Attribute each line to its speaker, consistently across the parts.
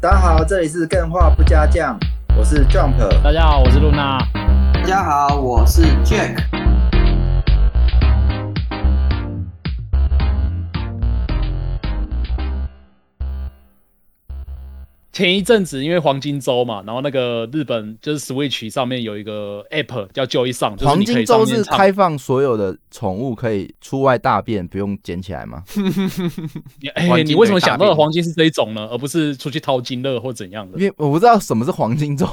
Speaker 1: 大家好，这里是更画不加酱，我是 Jump。
Speaker 2: 大家好，我是露娜。
Speaker 3: 大家好，我是 Jack。
Speaker 2: 前一阵子因为黄金周嘛，然后那个日本就是 Switch 上面有一个 App 叫 Joy 上，就是
Speaker 4: 黄
Speaker 2: 你可
Speaker 4: 金
Speaker 2: 以上
Speaker 4: 周
Speaker 2: 面
Speaker 4: 是
Speaker 2: 唱
Speaker 4: 开放所有的宠物可以出外大便，不用捡起来吗？
Speaker 2: 你哎、
Speaker 4: 黄金
Speaker 2: 你为什么想到的
Speaker 4: 对大便
Speaker 2: 黄金是这一种呢，而不是出去淘金乐或怎样的
Speaker 4: 因？为我不知道什么是黄 金周，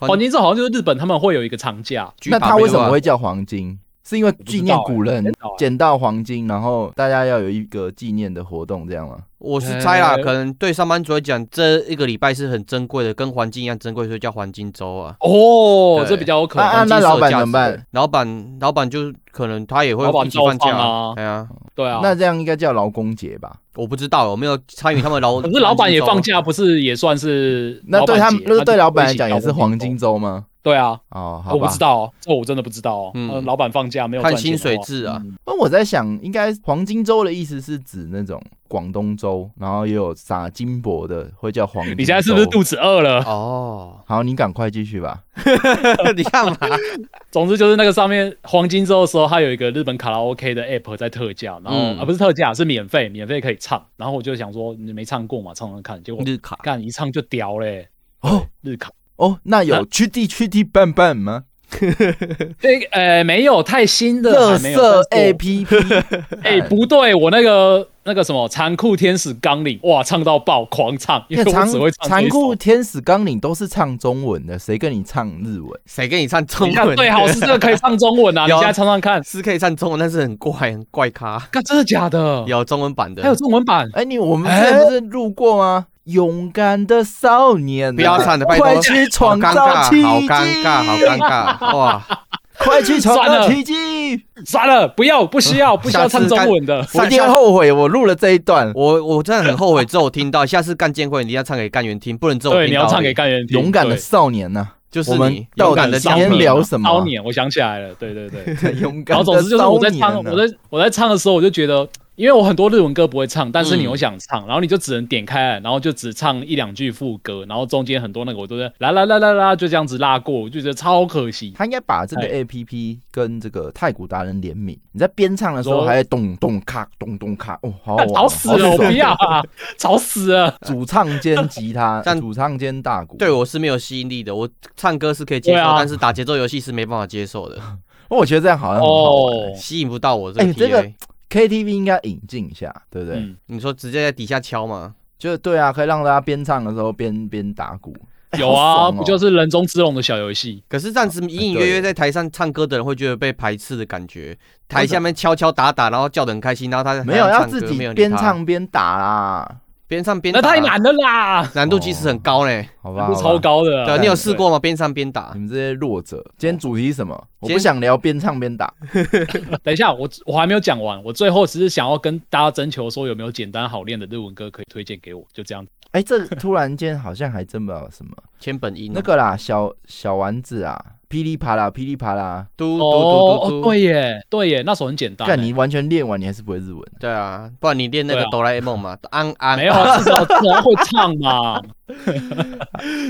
Speaker 2: 黄金周好像就是日本他们会有一个长假，
Speaker 4: 那它为什么会叫黄金？是因为纪念古人
Speaker 2: 我不知道欸
Speaker 4: 捡到黄金，然后大家要有一个纪念的活动，这样吗？
Speaker 5: 我是猜啦，
Speaker 2: 呃
Speaker 5: 可能对上班族来讲，这一个礼拜是很珍贵的，跟黄金一样珍贵，所以叫黄金周啊。
Speaker 2: 哦，
Speaker 5: 对
Speaker 2: 这比较有可
Speaker 4: 那
Speaker 2: 能。
Speaker 4: 那啊那
Speaker 5: 啊黄金是有
Speaker 4: 老板
Speaker 5: 价值
Speaker 4: 怎么
Speaker 5: 的
Speaker 4: 办？？
Speaker 5: 老板，老板就可能他也会
Speaker 2: 老板
Speaker 5: 一起放假
Speaker 2: 照放啊
Speaker 5: 哎呀，
Speaker 2: 对啊，
Speaker 4: 那这样应该叫劳工节吧？
Speaker 5: 我不知道，我没有参与他们 劳。
Speaker 2: 可是老板也放
Speaker 5: 黄金周啊，
Speaker 2: 假，不是也算是
Speaker 4: 那对他
Speaker 2: 老板
Speaker 4: 们
Speaker 2: 节，
Speaker 4: 那对老板来
Speaker 2: 他
Speaker 4: 讲
Speaker 2: 就
Speaker 4: 也
Speaker 2: 一起
Speaker 4: 是
Speaker 2: 劳
Speaker 4: 黄
Speaker 2: 工节
Speaker 4: 金。周吗？
Speaker 2: 对啊，
Speaker 4: 哦，好
Speaker 2: 我
Speaker 4: 吧
Speaker 2: 不知。道哦，这我真的不知道哦。
Speaker 5: 嗯
Speaker 2: 嗯，老板放假没有
Speaker 5: 看
Speaker 2: 赚钱的
Speaker 5: 薪水
Speaker 2: 话
Speaker 5: 制啊，
Speaker 4: 那我在想，应该黄金周的意思是指那种广东粥，然后也有撒金箔的，会叫黄金。，
Speaker 2: 你现在是不是？肚子饿了？
Speaker 5: 哦
Speaker 4: 好，你赶快继续吧。
Speaker 2: 嗯
Speaker 5: 你干嘛？
Speaker 2: 总之就是那个上面黄金周的时候，它有一个日本卡拉 OK 的 app 在特价，然后、
Speaker 5: 嗯
Speaker 2: 啊不是特价是免费，免费可以唱。然后我就想说你没唱过嘛，唱唱看。结果
Speaker 5: 日卡
Speaker 2: 干一唱就屌嘞，
Speaker 4: 哦
Speaker 2: 日卡。
Speaker 4: 哦，那有
Speaker 2: 那
Speaker 4: 去地去地办办吗？
Speaker 2: 这个呃没有太新的，
Speaker 4: 乐
Speaker 2: 还没有
Speaker 4: 色
Speaker 2: 但是
Speaker 4: A P P，
Speaker 2: 我哎、不对，我那个那个什么残酷天使纲领哇唱到爆，狂唱，因为我
Speaker 4: 残
Speaker 2: 只会唱这一
Speaker 4: 残
Speaker 2: 首
Speaker 4: 酷。天使纲领都是唱中文的，谁跟你唱日文？
Speaker 5: 谁跟你唱中
Speaker 2: 你看啊
Speaker 5: 文？
Speaker 2: 最好是这个可以唱中文啊！你
Speaker 5: 有
Speaker 2: 现在唱唱看，
Speaker 5: 是可以唱中文，但是很怪，很怪咖。
Speaker 2: 看真的假的？
Speaker 5: 有中文版的，
Speaker 2: 还有中文版，
Speaker 4: 哎，你我们之
Speaker 2: 哎
Speaker 4: 前不是录过吗？勇敢的少年啊，
Speaker 5: 不要唱了拜托
Speaker 4: 快去
Speaker 5: 好
Speaker 4: 创
Speaker 5: 尴
Speaker 4: 造奇迹！
Speaker 5: 尬，好尴尬，好尴尬！哇，
Speaker 4: 快去创
Speaker 2: 算了
Speaker 4: 造奇迹！
Speaker 2: 算了，不要，不需要，不需要唱中文的。
Speaker 4: 我
Speaker 5: 上
Speaker 4: 一定会后悔，我录了这一 段。
Speaker 5: 我我真的很后悔，只有听到下次干见会，你要唱给干员听，不能只有
Speaker 2: 对，
Speaker 5: 听
Speaker 2: 你要
Speaker 5: 到
Speaker 2: 唱
Speaker 5: 而已
Speaker 2: 给干员听。
Speaker 4: 勇敢的
Speaker 2: 对啊
Speaker 4: 少年呐、
Speaker 5: 就是
Speaker 4: 我们
Speaker 5: 你
Speaker 4: 到
Speaker 5: 勇
Speaker 4: 底
Speaker 5: 敢的
Speaker 4: 今天聊什
Speaker 2: 骚
Speaker 4: 么？啊
Speaker 2: 年，我想起来了，对对 对。
Speaker 4: 勇
Speaker 2: 然
Speaker 4: 敢
Speaker 2: 后
Speaker 4: 的
Speaker 2: 总之就是我在
Speaker 4: 少年
Speaker 2: 唱，
Speaker 4: 啊
Speaker 2: 我在我在唱的时候，我就觉得，因为我很多日文歌不会唱，但是
Speaker 4: 嗯
Speaker 2: 你又想唱，然后你就只能点开来，然后就只唱一两句副歌，然后中间很多那个我都在啦啦啦啦啦就这样子拉过，我就觉得超可惜。
Speaker 4: 他应该把这个 A P P 跟这个太古达人联名。你在边唱的时候
Speaker 2: 说
Speaker 4: 还在咚咚咔咚咚咔，哦，好好玩
Speaker 2: 干
Speaker 4: 哦
Speaker 2: 吵死
Speaker 4: 好
Speaker 2: 了，
Speaker 4: 爽
Speaker 2: 我
Speaker 4: 哦
Speaker 2: 不要啊，吵死了。
Speaker 4: 主唱兼吉他，
Speaker 5: 但
Speaker 4: 主唱兼大鼓。
Speaker 5: 对我是没有吸引力的，我唱歌是可以接受，
Speaker 2: 对啊啊
Speaker 5: 但是打节奏游戏是没办法接受的，
Speaker 4: 哦，我觉得这样好像很好玩。
Speaker 2: 哦，
Speaker 5: 吸引不到我这个
Speaker 4: 哎
Speaker 5: TA。
Speaker 4: 这个 K T V 应该引进一下，对不对？
Speaker 2: 嗯，
Speaker 5: 你说直接在底下敲吗？
Speaker 4: 就对啊，可以让大家边唱的时候边边打鼓。哎
Speaker 2: 有
Speaker 4: 好
Speaker 2: 啊，
Speaker 4: 爽哦
Speaker 2: 不就是人中之龙的小游戏？
Speaker 5: 可是这样子隐隐约约在台上唱歌的人会觉得被排斥的感觉，台下面敲敲打打，然后叫的很开心，然后他
Speaker 4: 没有
Speaker 5: 还
Speaker 4: 要
Speaker 5: 唱歌
Speaker 4: 自己
Speaker 5: 没有理
Speaker 4: 边
Speaker 5: 他
Speaker 4: 唱边打啦？
Speaker 5: 边唱边打
Speaker 2: 那太，难了啦，
Speaker 5: 难度其实很高嘞。
Speaker 4: 好吧，
Speaker 2: 难度
Speaker 4: 好吧
Speaker 2: 超。高的啊。
Speaker 5: 对，你有试过吗？边唱边打
Speaker 4: 你，们这些弱者，今天主题是什么？我
Speaker 5: 今
Speaker 4: 不
Speaker 5: 天
Speaker 4: 想聊边唱边打。
Speaker 2: 等一下，我我还没有讲完，我最后只是想要跟大家征求说有没有简单好练的日文歌可以推荐给我，就这样。
Speaker 4: 哎，这 突然间好像还真没有什么。
Speaker 5: 千本啊樱
Speaker 4: 那个啦，小小丸子啊，噼里啪啦，噼里啪啦，
Speaker 2: 哦
Speaker 5: 嘟嘟
Speaker 2: 哦
Speaker 5: 嘟，嘟嘟，
Speaker 2: 对耶，对耶，那首很简单耶。
Speaker 4: 但你完全练完，你还是不会日文。
Speaker 5: 对啊，不然你练那
Speaker 2: 对
Speaker 5: 个
Speaker 2: 啊
Speaker 5: 哆啦 A 梦嘛，安安
Speaker 2: 没有啊，至少至少会唱嘛，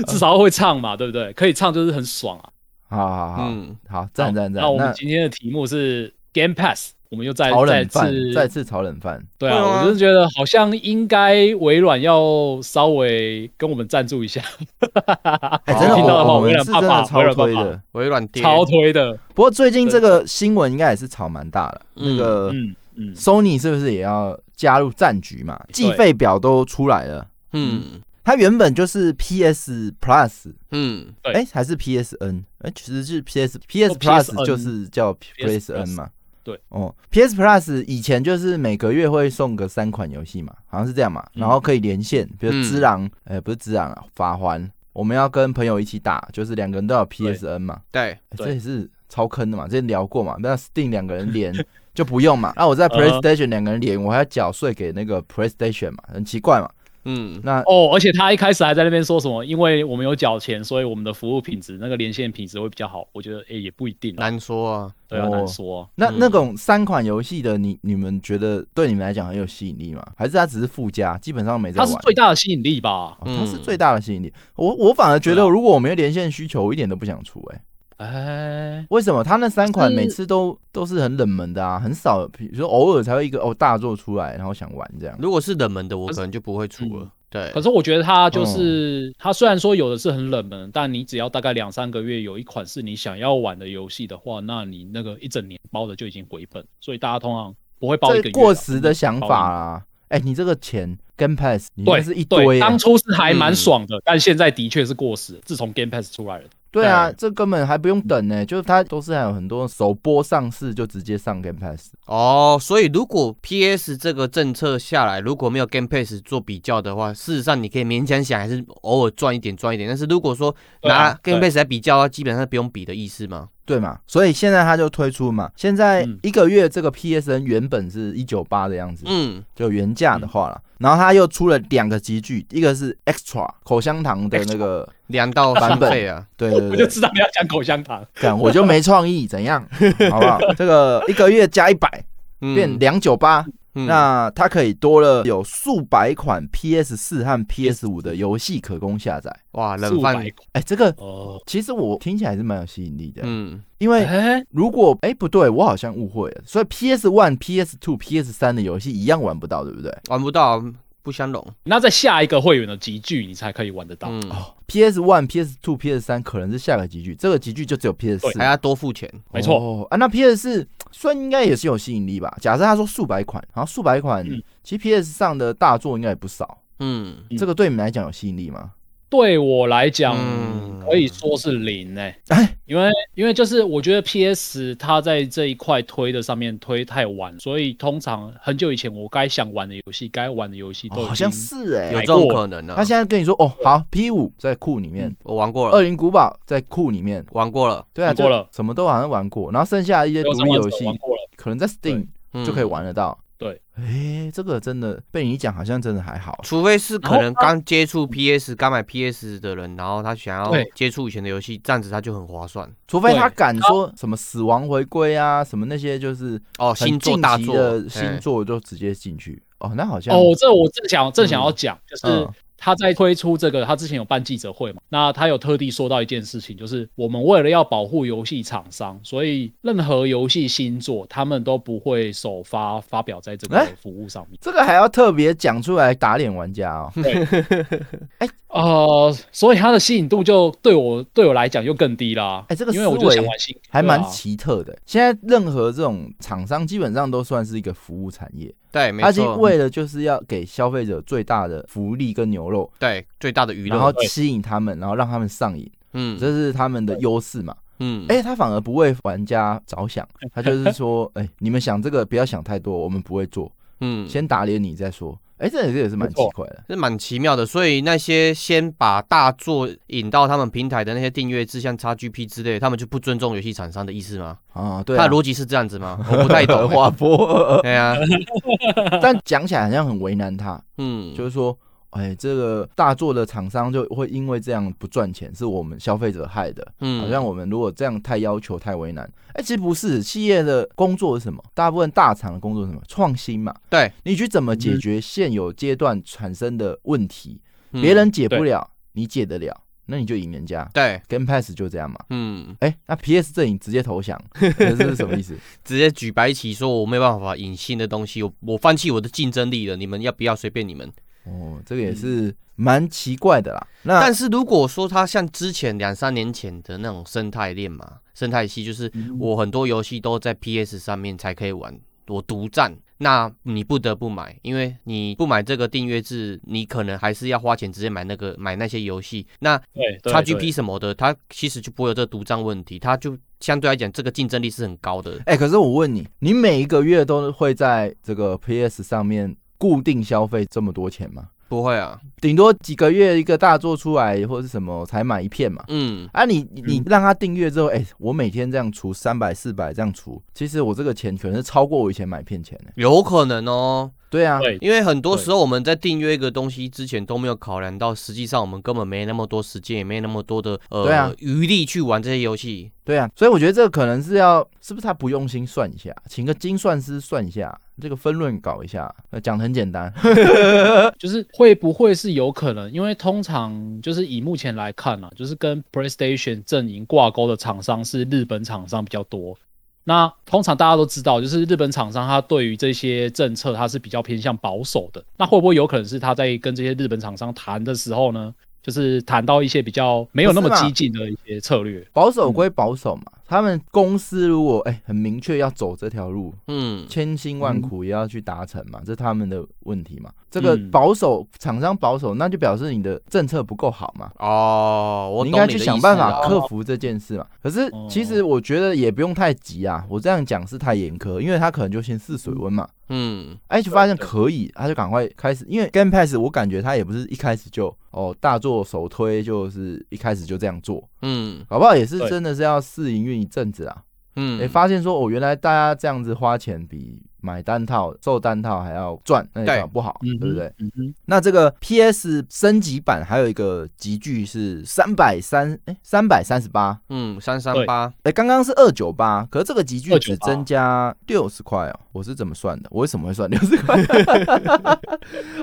Speaker 2: 至少会唱嘛，对不对？可以唱就是很爽啊。
Speaker 4: 好好好，
Speaker 5: 嗯，
Speaker 4: 好赞赞赞
Speaker 2: 那。我们
Speaker 4: 那
Speaker 2: 今天的题目是 Game Pass，我们又再
Speaker 4: 炒
Speaker 2: 再
Speaker 4: 冷饭，再
Speaker 2: 次
Speaker 4: 次炒冷饭。
Speaker 2: 对
Speaker 5: 对
Speaker 2: 啊，
Speaker 5: 啊
Speaker 2: 我就是觉得好像应该微软要稍微跟我们赞助一下，
Speaker 4: 哎，
Speaker 2: 哦
Speaker 5: 好
Speaker 4: 真的，
Speaker 5: 听到的话
Speaker 4: 我我
Speaker 2: 微
Speaker 4: 们
Speaker 2: 软
Speaker 4: 是
Speaker 2: 爸
Speaker 4: 真的
Speaker 2: 爸微
Speaker 4: 超
Speaker 2: 软爸
Speaker 4: 推
Speaker 2: 爸
Speaker 4: 的。
Speaker 5: 微软跌，
Speaker 2: 超推的。
Speaker 4: 不过最近这个新闻应该也是炒蛮大的。那
Speaker 5: 嗯
Speaker 4: 个
Speaker 2: 嗯嗯，
Speaker 4: Sony 是不是也要加入战局嘛？
Speaker 2: 对
Speaker 4: 计费表都出来了。
Speaker 5: 嗯
Speaker 4: 它原本就是 PS Plus，
Speaker 5: 嗯，
Speaker 2: 对
Speaker 4: 哎，还是 PSN，哎，其实是 PS PS
Speaker 2: 哦 PSN
Speaker 4: Plus 就是叫 PSN 嘛。
Speaker 2: 对，
Speaker 4: 哦，PS Plus 以前就是每个月会送个三款游戏嘛，好像是这样嘛，
Speaker 2: 嗯
Speaker 4: 然后可以连线，比如《
Speaker 5: 嗯
Speaker 4: 只狼》哎，不是《只狼》啊，《法环》，我们要跟朋友一起打，就是两个人都有 PSN 嘛，
Speaker 5: 对，
Speaker 4: 哎
Speaker 2: 对
Speaker 4: 这也是超坑的嘛，之前聊过嘛，那 Steam 两个 人连就不用嘛，那我在
Speaker 2: 呃
Speaker 4: PlayStation 两个人连，我还要缴税给那个 PlayStation 嘛，很奇怪嘛，
Speaker 5: 嗯，
Speaker 4: 那
Speaker 2: 哦，而且他一开始还在那边说什么，因为我们有缴钱，所以我们的服务品质那个连线品质会比较好。我觉得诶、也不一定啊，
Speaker 5: 难说啊。
Speaker 2: 对啊，
Speaker 4: 哦
Speaker 2: 难说啊、
Speaker 4: 那
Speaker 5: 嗯
Speaker 4: 那种三款游戏的你，你们觉得对你们来讲很有吸引力吗？还是它只是附加，基本上没在
Speaker 2: 它
Speaker 4: 玩？
Speaker 2: 是最大的吸引力吧？
Speaker 4: 哦它是
Speaker 5: 嗯
Speaker 4: 最大的吸引力。我我反而觉
Speaker 2: 对
Speaker 4: 得，
Speaker 2: 啊
Speaker 4: 如果我没有连线需求，我一点都不想出、欸。哎，
Speaker 2: 哎，
Speaker 4: 为什么？它那三款
Speaker 2: 是
Speaker 4: 每次都都是很冷门的啊，很少，比如说偶尔才会一个哦大作出来，然后想玩这样。
Speaker 5: 如果是冷门的，我可能就不会出了。对，
Speaker 2: 嗯可是我觉得它
Speaker 4: 嗯
Speaker 2: 就是它虽然说有的是很冷门，但你只要大概两三个月有一款是你想要玩的游戏的话，那你那个一整年包的就已经回本，所以大家通常不会包一
Speaker 4: 这
Speaker 2: 个月啊。
Speaker 4: 过时的想
Speaker 2: 包一
Speaker 4: 法啦。哎、你这个钱跟 Pass，你那
Speaker 2: 对，
Speaker 4: 是一堆、
Speaker 2: 对，
Speaker 4: 欸
Speaker 2: 当。初是还蛮
Speaker 5: 嗯
Speaker 2: 爽的，但现在的确是过时。自从 Game Pass 出来了，
Speaker 4: 对啊，
Speaker 5: 对
Speaker 4: 这根本还不用等呢、就是它都是还有很多首播上市就直接上 Game Pass。
Speaker 5: 哦，所以如果 PS 这个政策下来，如果没有 Game Pass 做比较的话，事实上你可以勉强想还是偶尔赚一点赚一点。但是如果说
Speaker 2: 对啊
Speaker 5: 拿 Game
Speaker 2: 对
Speaker 5: Pass 来比较的话，基本上不用比的意思嘛。
Speaker 4: 对嘛？所以现在它就推出嘛。现在
Speaker 2: 嗯
Speaker 4: 一个月这个 PSN 原本是一九八的样子，
Speaker 5: 嗯，
Speaker 4: 就原价的话
Speaker 2: 嗯
Speaker 4: 啦，然后它又出了两个集具，一个是 Extra 口香糖的那个，
Speaker 5: 两道
Speaker 4: 版
Speaker 5: 三
Speaker 4: 本
Speaker 5: 倍啊，
Speaker 4: 对对
Speaker 2: 我就
Speaker 4: 对，
Speaker 2: 知道你要讲口香糖。
Speaker 4: 干我就没创意，怎样？好不好？这个一个月加一百
Speaker 5: 嗯
Speaker 4: 变两九八，
Speaker 5: 嗯
Speaker 4: 那它可以多了有数百款 PS 四和 PS 五的游戏可供下载。
Speaker 5: 哇冷
Speaker 2: 数
Speaker 5: 饭
Speaker 2: 百，
Speaker 4: 哎，这个
Speaker 2: 哦，
Speaker 4: 其实我听起来是蛮有吸引力的，
Speaker 5: 嗯，
Speaker 4: 因为
Speaker 2: 哎，
Speaker 4: 如果哎、不对，我好像误会了，所以 PS One、PS Two、PS 三的游戏一样玩不到，对不对、
Speaker 5: 玩不到啊不相容。
Speaker 2: 那在下一个会员的集聚，你才可以玩得到。哦
Speaker 5: 嗯，
Speaker 4: p s One、PS Two、PS 三可能是下个集聚，这个集聚就只有 PS 四
Speaker 5: 还，要多付钱。
Speaker 2: 哎没错
Speaker 4: 哦啊，那 PS 四算应该也是有吸引力吧？假设他说数百款，然后数百款，
Speaker 2: 嗯
Speaker 4: 其实 PS 上的大作应该也不少，
Speaker 5: 嗯，
Speaker 2: 嗯
Speaker 4: 这个对你们来讲有吸引力吗？
Speaker 2: 对我来讲，
Speaker 5: 嗯
Speaker 2: 可以说是零哎、
Speaker 4: 哎
Speaker 2: 因为因为就是我觉得 PS 它在这一块推的上面推太晚，所以通常很久以前我该想玩的游戏、该玩的游戏都
Speaker 4: 哦、
Speaker 2: 已
Speaker 4: 好像
Speaker 2: 经
Speaker 4: 是哎、
Speaker 5: 有
Speaker 2: 买
Speaker 5: 这种
Speaker 2: 过
Speaker 5: 可能呢、啊
Speaker 4: 他现在跟你说哦，好 P 五在库里
Speaker 2: 嗯
Speaker 4: 面，
Speaker 5: 我玩过
Speaker 4: 二
Speaker 5: 了，
Speaker 4: 零古堡在库里面，
Speaker 5: 玩过了，
Speaker 4: 对啊，
Speaker 2: 玩过了
Speaker 4: 就什么都好像玩过，然后剩下一些独
Speaker 2: 有上
Speaker 4: 立
Speaker 2: 完
Speaker 4: 游
Speaker 2: 手
Speaker 4: 戏
Speaker 2: 玩过了。
Speaker 4: 可能在 Steam
Speaker 5: 嗯
Speaker 4: 就可以。玩得到。
Speaker 2: 对，
Speaker 4: 哎、这个真的被你一讲，好像真的还好。
Speaker 5: 除非是可
Speaker 2: 然后
Speaker 5: 能
Speaker 2: 他
Speaker 5: 刚接触 PS、刚买 PS 的人，然后他想要
Speaker 2: 对
Speaker 5: 接触以前的游戏，这样子他就很划算
Speaker 4: 除非他
Speaker 2: 对
Speaker 4: 敢说什么死亡回归啊，什么那些就是
Speaker 5: 哦。
Speaker 4: 很
Speaker 5: 新作
Speaker 4: 近
Speaker 5: 大
Speaker 4: 期
Speaker 5: 作
Speaker 4: 的新
Speaker 5: 哎
Speaker 4: 作就直接进去。哦，那好像
Speaker 2: 哦，这我正想正想要讲，就是
Speaker 4: 嗯
Speaker 2: 他在推出这个，他之前有办记者会嘛，那他有特地说到一件事情，就是我们为了要保护游戏厂商，所以任何游戏新作他们都不会首发发表在这个
Speaker 4: 哎
Speaker 2: 服务上面。
Speaker 4: 这个还要特别讲出来打脸玩家 哦。
Speaker 2: 呃，所以它的吸引度就对我对我来讲就更低啦。
Speaker 4: 哎这个
Speaker 2: 因为我
Speaker 4: 思
Speaker 2: 就想
Speaker 4: 维
Speaker 2: 玩新，
Speaker 4: 还蛮
Speaker 2: 对啊
Speaker 4: 奇特的，现在任何这种厂商基本上都算是一个服务产业，
Speaker 5: 对，没
Speaker 4: 它是
Speaker 5: 错，
Speaker 4: 为了就是要给消费者最大的福利跟牛肉，
Speaker 5: 对最大的娱
Speaker 4: 然后
Speaker 5: 乐，
Speaker 2: 对
Speaker 4: 吸引他们，然后让他们上瘾，
Speaker 5: 嗯
Speaker 4: 这是他们的优势嘛。
Speaker 5: 嗯，
Speaker 4: 哎、他反而不为玩家着想，他就是说，哎、你们想这个不要想太多，我们不会做，
Speaker 5: 嗯，
Speaker 4: 先打脸你再说。哎、这也这也是蛮奇怪的。
Speaker 5: 是蛮奇妙的。所以那些先把大作引到他们平台的那些订阅制，像 XGP 之类的，他们就不尊重游戏厂商的意思吗？
Speaker 4: 啊，对
Speaker 5: 他
Speaker 4: 啊，。
Speaker 5: 的逻辑是这样子 吗？我不太懂
Speaker 4: 滑 坡，
Speaker 5: 对啊，
Speaker 4: 但讲起来好像很为难他，
Speaker 5: 嗯，
Speaker 4: 就是说，哎、这个大作的厂商就会因为这样不赚钱，是我们消费者害的。
Speaker 5: 嗯
Speaker 4: 好像我们如果这样太要求太为难，哎、其实不是，企业的工作是什么？大部分大厂的工作是什么？创新嘛。
Speaker 5: 对，
Speaker 4: 你去怎么解决现有阶段产生的问题？
Speaker 5: 嗯
Speaker 4: 别人解不了，你解得了，那你就赢人家。
Speaker 5: 对，
Speaker 4: Game Pass 就这样嘛。
Speaker 5: 嗯，
Speaker 4: 哎、那 PS 阵营直接投降， 这是什么意思？
Speaker 5: 直接举白旗说我没有办法引新的东西，我我放弃我的竞争力了，你们要不要随便你们？
Speaker 4: 哦，这个也是蛮奇怪的啦。那
Speaker 5: 嗯但是如果说它像之前两三年前的那种生态链嘛，生态系就是我很多游戏都在 PS 上面才可以玩，我独占，那你不得不买，因为你不买这个订阅制，你可能还是要花钱直接买那个买那些游戏。那
Speaker 2: 对啊对
Speaker 5: XGP 什么的，它其实就不会有这个独占问题，它就相对来讲这个竞争力是很高的。
Speaker 4: 哎、可是我问你，你每一个月都会在这个 PS 上面固定消费这么多钱吗？
Speaker 5: 不会啊，
Speaker 4: 顶多几个月一个大作出来或是什么才买一片嘛？
Speaker 5: 嗯，
Speaker 4: 啊你，你你
Speaker 2: 嗯
Speaker 4: 让他订阅之后，哎、我每天这样除三百四百这样除，其实我这个钱可能是超过我以前买片钱的、
Speaker 5: 有可能哦。
Speaker 4: 对啊，
Speaker 2: 对
Speaker 5: 因为很多时候我们在订阅一个东西之前都没有考量到，实际上我们根本没那么多时间，也没那么多的呃
Speaker 4: 对啊
Speaker 5: 余力去玩这些游戏。
Speaker 4: 对啊，所以我觉得这个可能是要，是不是他不用心算一下，请个精算师算一下，这个分论搞一下，呃，讲得很简 单，
Speaker 2: 就是会不会是有可能？因为通常就是以目前来看啊，就是跟 PlayStation 阵营挂钩的厂商是日本厂商比较多。那通常大家都知道，就是日本厂商他对于这些政策他是比较偏向保守的。那会不会有可能是他在跟这些日本厂商谈的时候呢，就是谈到一些比较没有那么
Speaker 4: 不是嘛
Speaker 2: 激进的一些策略？
Speaker 4: 保守归保守嘛，他们公司如果哎、很明确要走这条路，
Speaker 5: 嗯，
Speaker 4: 千辛万苦也要去达成嘛，这是他们的问题嘛。这个
Speaker 2: 嗯
Speaker 4: 保守厂商保守，那就表示你的政策不够好嘛。
Speaker 5: 哦，我
Speaker 4: 你应
Speaker 5: 懂
Speaker 4: 该
Speaker 5: 你
Speaker 4: 去
Speaker 5: 的
Speaker 4: 想
Speaker 5: 意
Speaker 4: 办
Speaker 5: 思
Speaker 4: 法
Speaker 5: 了
Speaker 4: 克服这件事嘛。可是
Speaker 2: 哦
Speaker 4: 其实我觉得也不用太急啊，我这样讲是太严苛，因为他可能就先试水温嘛。
Speaker 5: 嗯，
Speaker 4: 哎，就发现可以，他就赶快开始，因为 Game Pass 我感觉他也不是一开始就哦大做首推，就是一开始就这样做，
Speaker 5: 嗯
Speaker 4: 搞不好也是
Speaker 2: 对
Speaker 4: 真的是要试营运一阵子啊。
Speaker 5: 嗯，
Speaker 4: 哎、发现说哦，原来大家这样子花钱比买单套、售单套还要赚，那也
Speaker 5: 对
Speaker 4: 搞不好，对不对？？
Speaker 2: 嗯哼，
Speaker 4: 那这个 PS 升级版还有一个集聚是三百三，哎，三百三十八，
Speaker 5: 嗯三三八，
Speaker 4: 哎，刚刚是二九八，可是这个集聚只
Speaker 2: 298
Speaker 4: 增加六十块哦，我是怎么算的？我为什么会算六十块？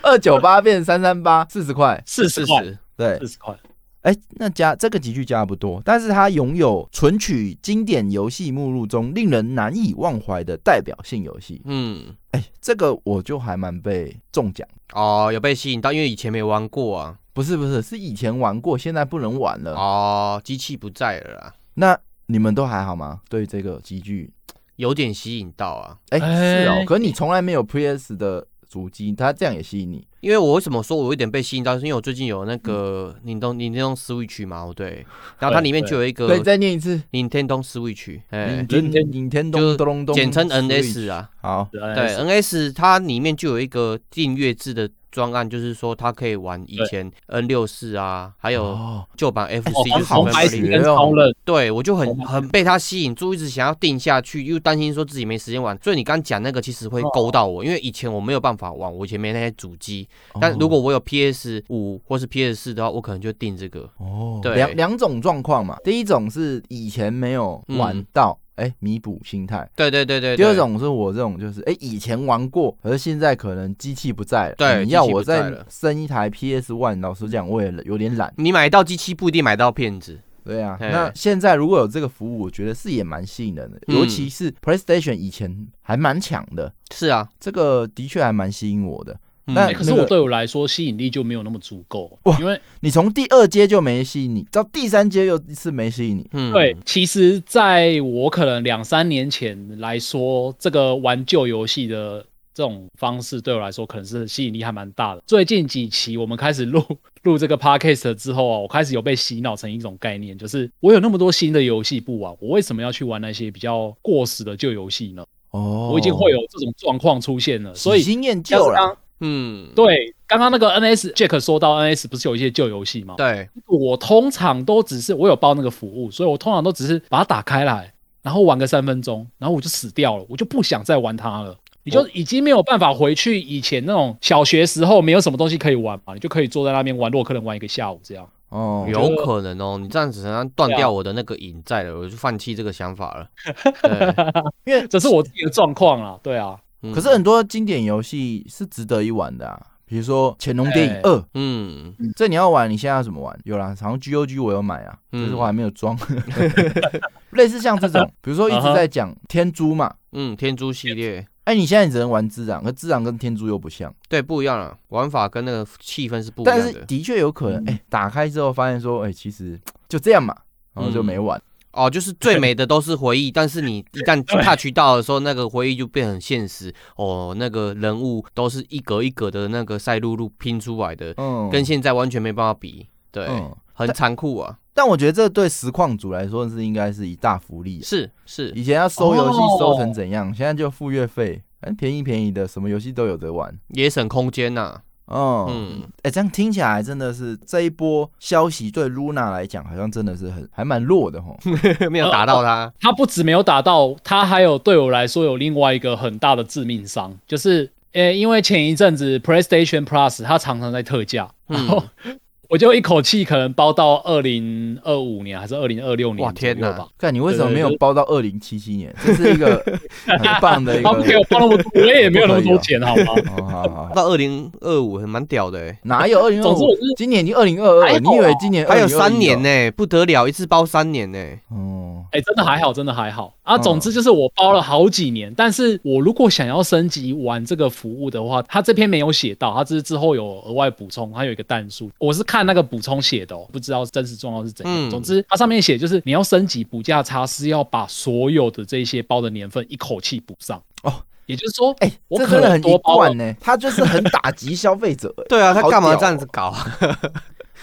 Speaker 4: 二九八变三三八，四十块，
Speaker 2: 四
Speaker 5: 四
Speaker 2: 十块，
Speaker 5: 十，
Speaker 4: 对
Speaker 2: 四，十块，
Speaker 4: 哎，那加这个集聚加的不多，但是它拥有存取经典游戏目录中令人难以忘怀的代表性游戏。
Speaker 5: 嗯，
Speaker 4: 哎，这个我就还蛮被中奖，
Speaker 5: 哦，有被吸引到，因为以前没玩过啊，
Speaker 4: 不是不是，是以前玩过，现在不能玩了。
Speaker 5: 哦，机器不在了啊啦，
Speaker 4: 那你们都还好吗？对这个集聚，
Speaker 5: 有点吸引到啊。
Speaker 4: 哎，
Speaker 2: 哎
Speaker 4: 是哦，可你从来没有 PS 的主机，它这样也吸引你。
Speaker 5: 因为我为什么说我有点被吸引到，是因为我最近有那个 Nintendo Nintendo Switch 嘛，嗯哦对，然后它里面就有一个
Speaker 4: 可以再念一次。
Speaker 5: Nintendo Switch，哎，
Speaker 4: 任
Speaker 2: 任
Speaker 4: 任天
Speaker 5: 就
Speaker 4: 咚咚咚，
Speaker 5: 简称 NS 啊。
Speaker 4: 好，
Speaker 5: 对
Speaker 2: 对，
Speaker 5: ，NS 它里面就有一个订阅制的专案，就是说它可以玩以前 N 六四啊，还有
Speaker 4: 哦，
Speaker 5: 旧版 FC，
Speaker 2: 哦，
Speaker 5: 就是
Speaker 2: 红
Speaker 4: 分
Speaker 2: 白
Speaker 4: 白
Speaker 2: 机
Speaker 4: 学
Speaker 2: 跟
Speaker 4: 哦
Speaker 5: 啊
Speaker 2: 超人，
Speaker 5: 对，我就很
Speaker 2: 红白
Speaker 5: 很被它吸引住，一直想要定下去，又担心说自己没时间玩，所以你刚讲那个其实会勾到我，因为以前我没有办法玩，我以前没那些主机，
Speaker 4: 哦
Speaker 5: 但如果我有 PS 五或是 PS 四的话，我可能就定这个。
Speaker 4: 哦，
Speaker 5: 对
Speaker 4: 两两种状况嘛，第一种是以前没有玩到，哎，弥补心态。
Speaker 5: 对对嗯对对，对
Speaker 4: 第二种是我这种，就是哎、以前玩过，可是现在可能机器不在了。
Speaker 5: 对
Speaker 4: 你要
Speaker 5: 机器不
Speaker 4: 我
Speaker 5: 在
Speaker 4: 再
Speaker 5: 了嗯
Speaker 4: 升一台 PS One，老实讲，我也有点懒。
Speaker 5: 你买到机器不一定买到片子。
Speaker 4: 对啊，
Speaker 5: 嘿
Speaker 4: 那现在如果有这个服务，我觉得是也蛮吸引人的，
Speaker 5: 嗯
Speaker 4: 尤其是 PlayStation 以前还蛮强的，
Speaker 5: 是啊，
Speaker 4: 这个的确还蛮吸引我的。
Speaker 5: 嗯
Speaker 4: 那
Speaker 2: 哎可是
Speaker 4: 那个
Speaker 2: 我对我来说吸引力就没有那么足够
Speaker 4: 哇，
Speaker 2: 因为
Speaker 4: 你从第二阶就没吸引你，到第三阶又一次没吸引你，
Speaker 5: 嗯
Speaker 2: 对，其实在我可能两三年前来说，这个玩旧游戏的这种方式对我来说可能是吸引力还蛮大的。最近几期我们开始录 录这个 podcast 之后啊，我开始有被洗脑成一种概念，就是我有那么多新的游戏不玩，我为什么要去玩那些比较过时的旧游戏呢？
Speaker 4: 哦，
Speaker 2: 我已经会有这种状况出现了，所以
Speaker 4: 喜新厌
Speaker 2: 像
Speaker 4: 旧
Speaker 2: 是刚
Speaker 4: 了。
Speaker 5: 嗯，
Speaker 2: 对刚刚那个 NS Jack 说到 NS 不是有一些旧游戏吗？
Speaker 5: 对，
Speaker 2: 我通常都只是我有包那个服务，所以我通常都只是把它打开来，然后玩个三分钟，然后我就死掉了，我就不想再玩它了。你就已经没有办法回去以前那种小学时候没有什么东西可以玩嘛，你就可以坐在那边玩洛克人玩一个下午这样。
Speaker 4: 哦，
Speaker 5: 有可能哦，你这样子好像
Speaker 4: 啊
Speaker 5: 断掉我的那个瘾在了，我就放弃这个想 法了。对，
Speaker 2: 这是我自己的状况啦，对啊，
Speaker 5: 嗯
Speaker 4: 可是很多经典游戏是值得一玩的啊，比如说《潜龙谍影
Speaker 2: 哎
Speaker 4: 二》，
Speaker 5: 嗯，
Speaker 4: 这你要玩，你现在要怎么玩？有啦，好像 G O G 我有买啊，
Speaker 5: 嗯
Speaker 4: 只是我还没有装。 类似像这种，比如说一直在讲天珠嘛，
Speaker 5: 嗯，天珠系列，
Speaker 4: 哎，你现在只能玩织壤，可织壤跟天珠又不像，
Speaker 5: 对，不一样了，玩法跟那个气氛是不一
Speaker 4: 但
Speaker 5: 样
Speaker 4: 是
Speaker 5: 的。嗯
Speaker 4: 的确有可能，哎，打开之后发现说，哎，其实就这样嘛，然后就没玩。
Speaker 5: 哦，就是最美的都是回忆，但 是你一旦 touch 到的时候，那个回忆就变很现实。哦，那个人物都是一格一格的那个赛璐璐拼出来的，
Speaker 4: 嗯，
Speaker 5: 跟现在完全没办法比。对，
Speaker 4: 嗯
Speaker 5: 很残酷啊。
Speaker 4: 但我觉得这对实况组来说是应该是一大福利啊、
Speaker 5: 是是，
Speaker 4: 以前要收游戏
Speaker 2: 哦
Speaker 4: 收成怎样，现在就付月费，哎，便宜便宜的，什么游戏都有得玩。
Speaker 5: 也省空间呐、
Speaker 4: 哦，嗯，
Speaker 5: 嗯，
Speaker 4: 哎，这样听起来真的是这一波消息对 Luna 来讲，好像真的是很还蛮弱的吼。
Speaker 5: 嗯 没有打到他。
Speaker 2: 他不止没有打到，他还有对我来说有另外一个很大的致命伤，就是。呃，因为前一阵子 PlayStation Plus 它常常在特价，然后
Speaker 4: 嗯
Speaker 2: 我就一口气可能包到二零二五年还是二零二六年
Speaker 5: 哇天
Speaker 2: 哪
Speaker 5: 哪！！
Speaker 4: 看你为什么没有
Speaker 2: 对
Speaker 4: 包到二零七七年？这是一个很棒的一个。
Speaker 2: 啊， 没有包那么多，我也没有那么多钱，好吗？
Speaker 4: 哦，好好好，
Speaker 5: 到二零二五蛮屌的、欸，
Speaker 4: 哪有二零二
Speaker 2: 总之
Speaker 4: 五
Speaker 2: 我是？
Speaker 4: 今年已经二零二
Speaker 2: 还
Speaker 4: 二，
Speaker 2: 好
Speaker 4: 你以为今年
Speaker 5: 还有
Speaker 4: 2021哦
Speaker 5: 三年呢、？不得了，一次包三年呢、欸。
Speaker 4: 哦，
Speaker 2: 哎、真的还好，真的还好啊。
Speaker 4: 嗯
Speaker 2: 总之就是我包了好几年，但是我如果想要升级玩这个服务的话，它这篇没有写到，它只是之后有额外补充，它有一个弹数，我是看那个补充写的、哦，不知道真实状况是怎样。
Speaker 5: 嗯
Speaker 2: 总之它上面写就是你要升级补价差是要把所有的这些包的年份一口气补上
Speaker 4: 哦。
Speaker 2: 也就是说，
Speaker 4: 哎、
Speaker 2: 我
Speaker 4: 这
Speaker 2: 可
Speaker 4: 真的
Speaker 2: 能
Speaker 4: 很
Speaker 2: 多
Speaker 4: 一
Speaker 2: 包啊了
Speaker 4: 贯呢、他就是很打击消费者、哎
Speaker 5: 对啊，他干嘛这
Speaker 4: 好屌
Speaker 5: 样？子搞啊？
Speaker 4: 哦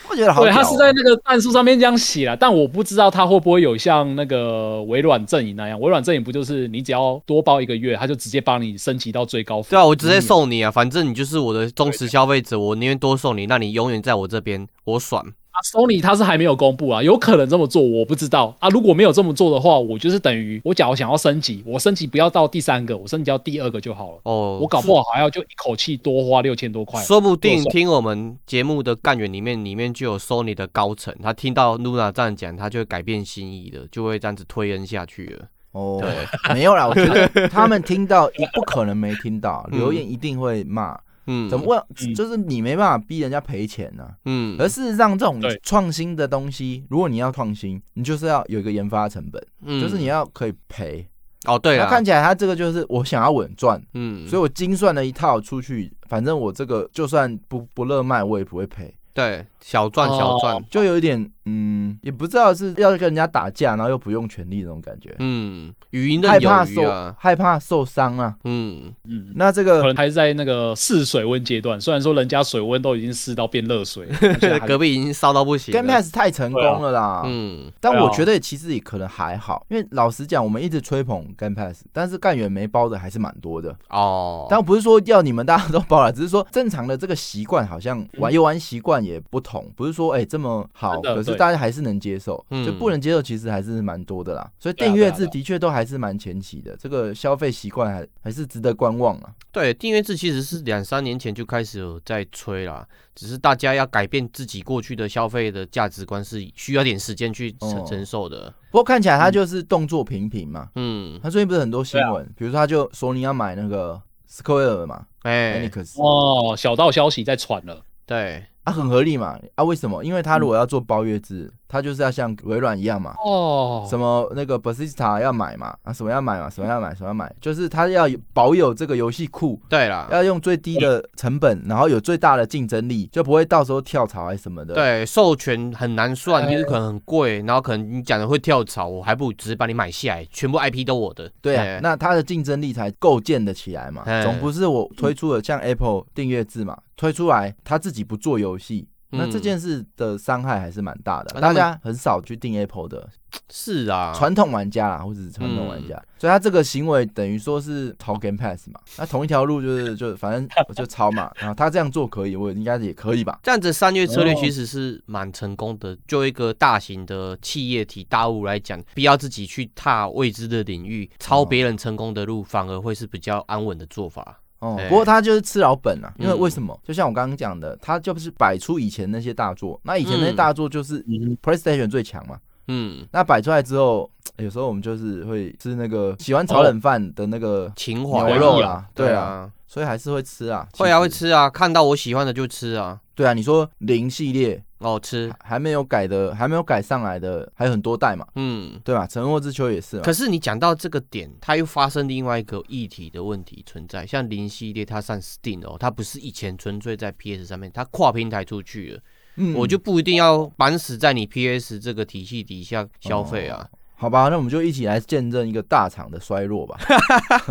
Speaker 4: 我觉得好、
Speaker 2: 对，
Speaker 4: 屌
Speaker 2: 他
Speaker 4: 哦
Speaker 2: 是在那个弹数上面这样写了，但我不知道他会不会有像那个微软阵营那样，微软阵营不就是你只要多包一个月，他就直接帮你升级到最高分？
Speaker 5: 对啊，我直接送你啊，反正你就是我的忠实消费者，我宁愿多送你，那你永远在我这边，我爽。
Speaker 2: 啊，Sony 它是还没有公布啊，有可能这么做，我不知道啊。如果没有这么做的话，我就是等于我假如想要升级，我升级不要到第三个，我升级到第二个就好了。
Speaker 5: 哦，
Speaker 2: 我搞不好还要就一口气多花六千多块，
Speaker 5: 说不定
Speaker 2: 剁手
Speaker 5: 听我们节目的干员里面，里面就有 Sony 的高层，他听到 Luna 这样讲，他就会改变心意的，就会这样子推恩下去了。
Speaker 4: 哦， 没有啦，我觉 得他们听到不可能没听到，
Speaker 5: 嗯
Speaker 4: 留言一定会骂，
Speaker 5: 嗯，
Speaker 4: 怎么？问？
Speaker 2: 嗯
Speaker 4: 就是你没办法逼人家赔钱呢、
Speaker 5: 嗯，
Speaker 4: 而事实上，这种
Speaker 2: 对
Speaker 4: 创新的东西，如果你要创新，你就是要有一个研发成本，
Speaker 5: 嗯
Speaker 4: 就是你要可以赔。
Speaker 5: 哦，对
Speaker 4: 那
Speaker 5: 了，
Speaker 4: 看起来他这个就是我想要稳赚，
Speaker 5: 嗯，
Speaker 4: 所以我精算了一套出去，反正我这个就算不不热卖，我也不会赔。
Speaker 5: 对小赚小赚，
Speaker 4: 就有一点，嗯，也不知道是要跟人家打架，然后又不用权力那种感觉，
Speaker 5: 嗯，语音
Speaker 4: 害
Speaker 5: 任
Speaker 4: 怕
Speaker 5: 有余
Speaker 4: 受、
Speaker 5: 啊，
Speaker 4: 害怕受伤啊。
Speaker 5: 嗯，
Speaker 2: 嗯。
Speaker 4: 那这
Speaker 2: 可
Speaker 4: 个
Speaker 2: 能还是在那个试水温阶段，虽然说人家水温都已经试到变热水了， 现在还
Speaker 5: 隔壁已经烧到不行
Speaker 4: Game
Speaker 5: 了，
Speaker 4: Pass 太成功了啦，
Speaker 5: 嗯，
Speaker 4: 但
Speaker 2: 啊对啊
Speaker 4: 我觉得其实也可能还好，因为老实讲，我们一直吹捧 Game Pass，但是干员没包的还是蛮多的。
Speaker 5: 哦，
Speaker 4: 但不是说要你们大家都包了，只是说正常的这个习惯好像玩游玩习惯也不同，不是说哎、这么好，
Speaker 2: 真的
Speaker 4: 可是
Speaker 2: 对
Speaker 4: 大家还是能接受，
Speaker 5: 嗯
Speaker 4: 就不能接受其实还是蛮多的啦。所以
Speaker 2: 对啊
Speaker 4: 订阅
Speaker 2: 对
Speaker 4: 制
Speaker 2: 啊对啊
Speaker 4: 的确都还是蛮前期的，这个消费习惯还还是值得观望啊。
Speaker 5: 对，订阅制其实是两三年前就开始有在吹啦，只是大家要改变自己过去的消费的价值观是需要点时间去承
Speaker 4: 哦
Speaker 5: 承受的。
Speaker 4: 不过看起来他就是动作频频嘛，
Speaker 5: 嗯，
Speaker 4: 他最近不是很多新闻，
Speaker 2: 啊
Speaker 4: 比如说他就说你要买那个 Square 嘛
Speaker 5: 哎，
Speaker 4: ，Enix，
Speaker 2: 哦，小道消息在传了，
Speaker 5: 对，
Speaker 4: 啊，很合理嘛。啊，为什么？因为他如
Speaker 5: 嗯
Speaker 4: 果要做包月制，他就是要像微软一样嘛，
Speaker 2: 哦，
Speaker 4: 什么那个 b a s i s t a 要买嘛，啊，什么要买嘛，什么要买，什么要买，就是他要有保有这个游戏库，
Speaker 5: 对啦，
Speaker 4: 要用最低的成本，然后有最大的竞争力，就不会到时候跳槽还是什么的。，
Speaker 5: 对，授权很难
Speaker 4: 哎
Speaker 5: 算，就是可能很贵，然后可能你讲的会跳槽，我还不如直接把你买下来，全部 IP 都我的。
Speaker 4: 对啊
Speaker 5: 哎，
Speaker 4: 那它的竞争力才构建的起来嘛，
Speaker 5: 哎
Speaker 4: 总不是我推出了像 Apple 订阅制嘛，推出来他自己不做游戏。那
Speaker 5: 嗯
Speaker 4: 这件事的伤害还是蛮大的，
Speaker 5: 啊
Speaker 4: 大
Speaker 5: 他们
Speaker 4: 家很少去订 Apple 的，
Speaker 5: 是啊，嗯
Speaker 4: 传统玩家啦，或者是传统玩家，所以他这个行为等于说是抄 Game Pass 嘛，那同一条路 就是就反正我就抄嘛，然后他这样做可以，我应该也可以吧？
Speaker 5: 这样子三月策略
Speaker 2: 哦
Speaker 5: 其实是蛮成功的。就一个大型的企业体大物来讲，不要自己去踏未知的领域，抄别人成功的路，反而会是比较安稳的做法。
Speaker 4: 哦，
Speaker 5: 哎
Speaker 4: 不过他就是吃老本啊，因为
Speaker 5: 嗯
Speaker 4: 为什么？就像我刚刚讲的，他就是摆出以前那些大作，那以前那些大作就是
Speaker 2: 嗯
Speaker 4: PlayStation 最强嘛，
Speaker 5: 嗯，
Speaker 4: 那摆出来之后，哎有时候我们就是会吃那个喜欢炒冷饭的那个
Speaker 5: 情怀啊
Speaker 4: 牛肉啦，对
Speaker 5: 对
Speaker 4: 啊，
Speaker 5: 啊，
Speaker 4: 所以还是会吃啊，
Speaker 5: 会啊
Speaker 4: 其
Speaker 5: 会
Speaker 4: 实，
Speaker 5: 吃啊，看到我喜欢的就吃啊。
Speaker 4: 对啊，你说零系列
Speaker 5: 哦，吃，
Speaker 4: 还没有改的，还没有改上来的，还有很多代嘛。
Speaker 5: 嗯。
Speaker 4: 对啊吧？沉默之秋也是嘛。
Speaker 5: 可是你讲到这个点，它又发生另外一个议题的问题存在。像零系列，它上 Steam 哦，它不是以前纯粹在 PS 上面，它跨平台出去了，
Speaker 4: 嗯
Speaker 5: 我就不一定要绑死在你 PS 这个体系底下消费啊。
Speaker 4: 好吧，那我们就一起来见证一个大厂的衰落吧。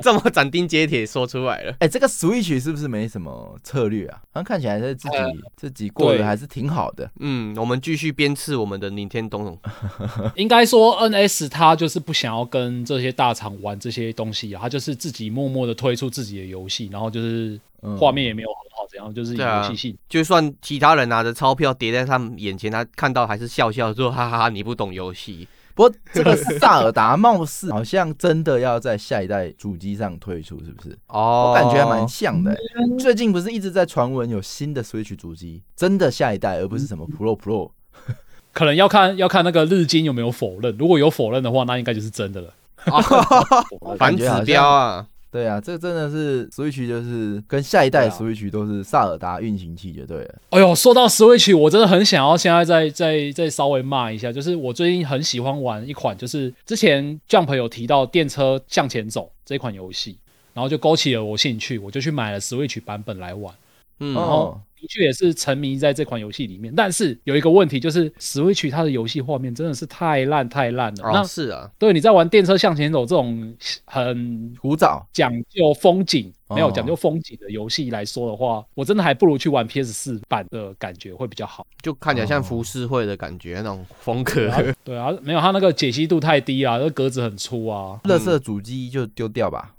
Speaker 5: 这么斩钉截铁说出来了。
Speaker 4: 哎、这个 Switch 是不是没什么策略啊？好像看起来是自己、自己过得还是挺好的。
Speaker 5: 嗯，我们继续鞭笞我们的林天东。
Speaker 2: 应该说，NS 它就是不想要跟这些大厂玩这些东西啊，它就是自己默默的推出自己的游戏，然后就是
Speaker 4: 嗯
Speaker 2: 画面也没有很好，怎样，就是
Speaker 5: 对啊
Speaker 2: 游戏性。
Speaker 5: 就算其他人拿着钞票叠在他们眼前，他看到还是笑笑说：“哈哈哈，你不懂游戏。”
Speaker 4: 不过这个萨尔达貌似 好像真的要在下一代主机上推出，是不是？
Speaker 5: 哦，
Speaker 4: 我感觉还蛮像的欸、最近不是一直在传闻有新的 Switch 主机，真的下一代，而不是什么 Pro Pro。
Speaker 2: 可能要看要看那个日经有没有否认，如果有否认的话，那应该就是真的了。
Speaker 5: 反指标啊，
Speaker 4: 对啊，这真的是 Switch 就是跟下一代
Speaker 2: 对啊
Speaker 4: Switch 都是萨尔达运行器就对了。
Speaker 2: 哎呦，说到 Switch，我真的很想要现在再再再稍微骂一下，就是我最近很喜欢玩一款，就是之前 Jump 有提到电车向前走这款游戏，然后就勾起了我兴趣，我就去买了 Switch 版本来玩。
Speaker 5: 嗯，
Speaker 4: 哦，
Speaker 2: 的确也是沉迷在这款游戏里面，但是有一个问题就是 Switch 它的游戏画面真的是太烂太烂了。
Speaker 5: 哦
Speaker 2: 那
Speaker 5: 是啊，
Speaker 2: 对你在玩电车向前走这种很
Speaker 4: 古早
Speaker 2: 讲究风景，没有
Speaker 4: 哦
Speaker 2: 讲究风景的游戏来说的话，我真的还不如去玩 PS 四版的感觉会比较好。
Speaker 5: 就看起来像浮世绘的感觉那种风格，
Speaker 2: 对啊，没有它那个解析度太低啊，那格子很粗啊。
Speaker 5: 嗯
Speaker 4: 乐色主机就丢掉吧。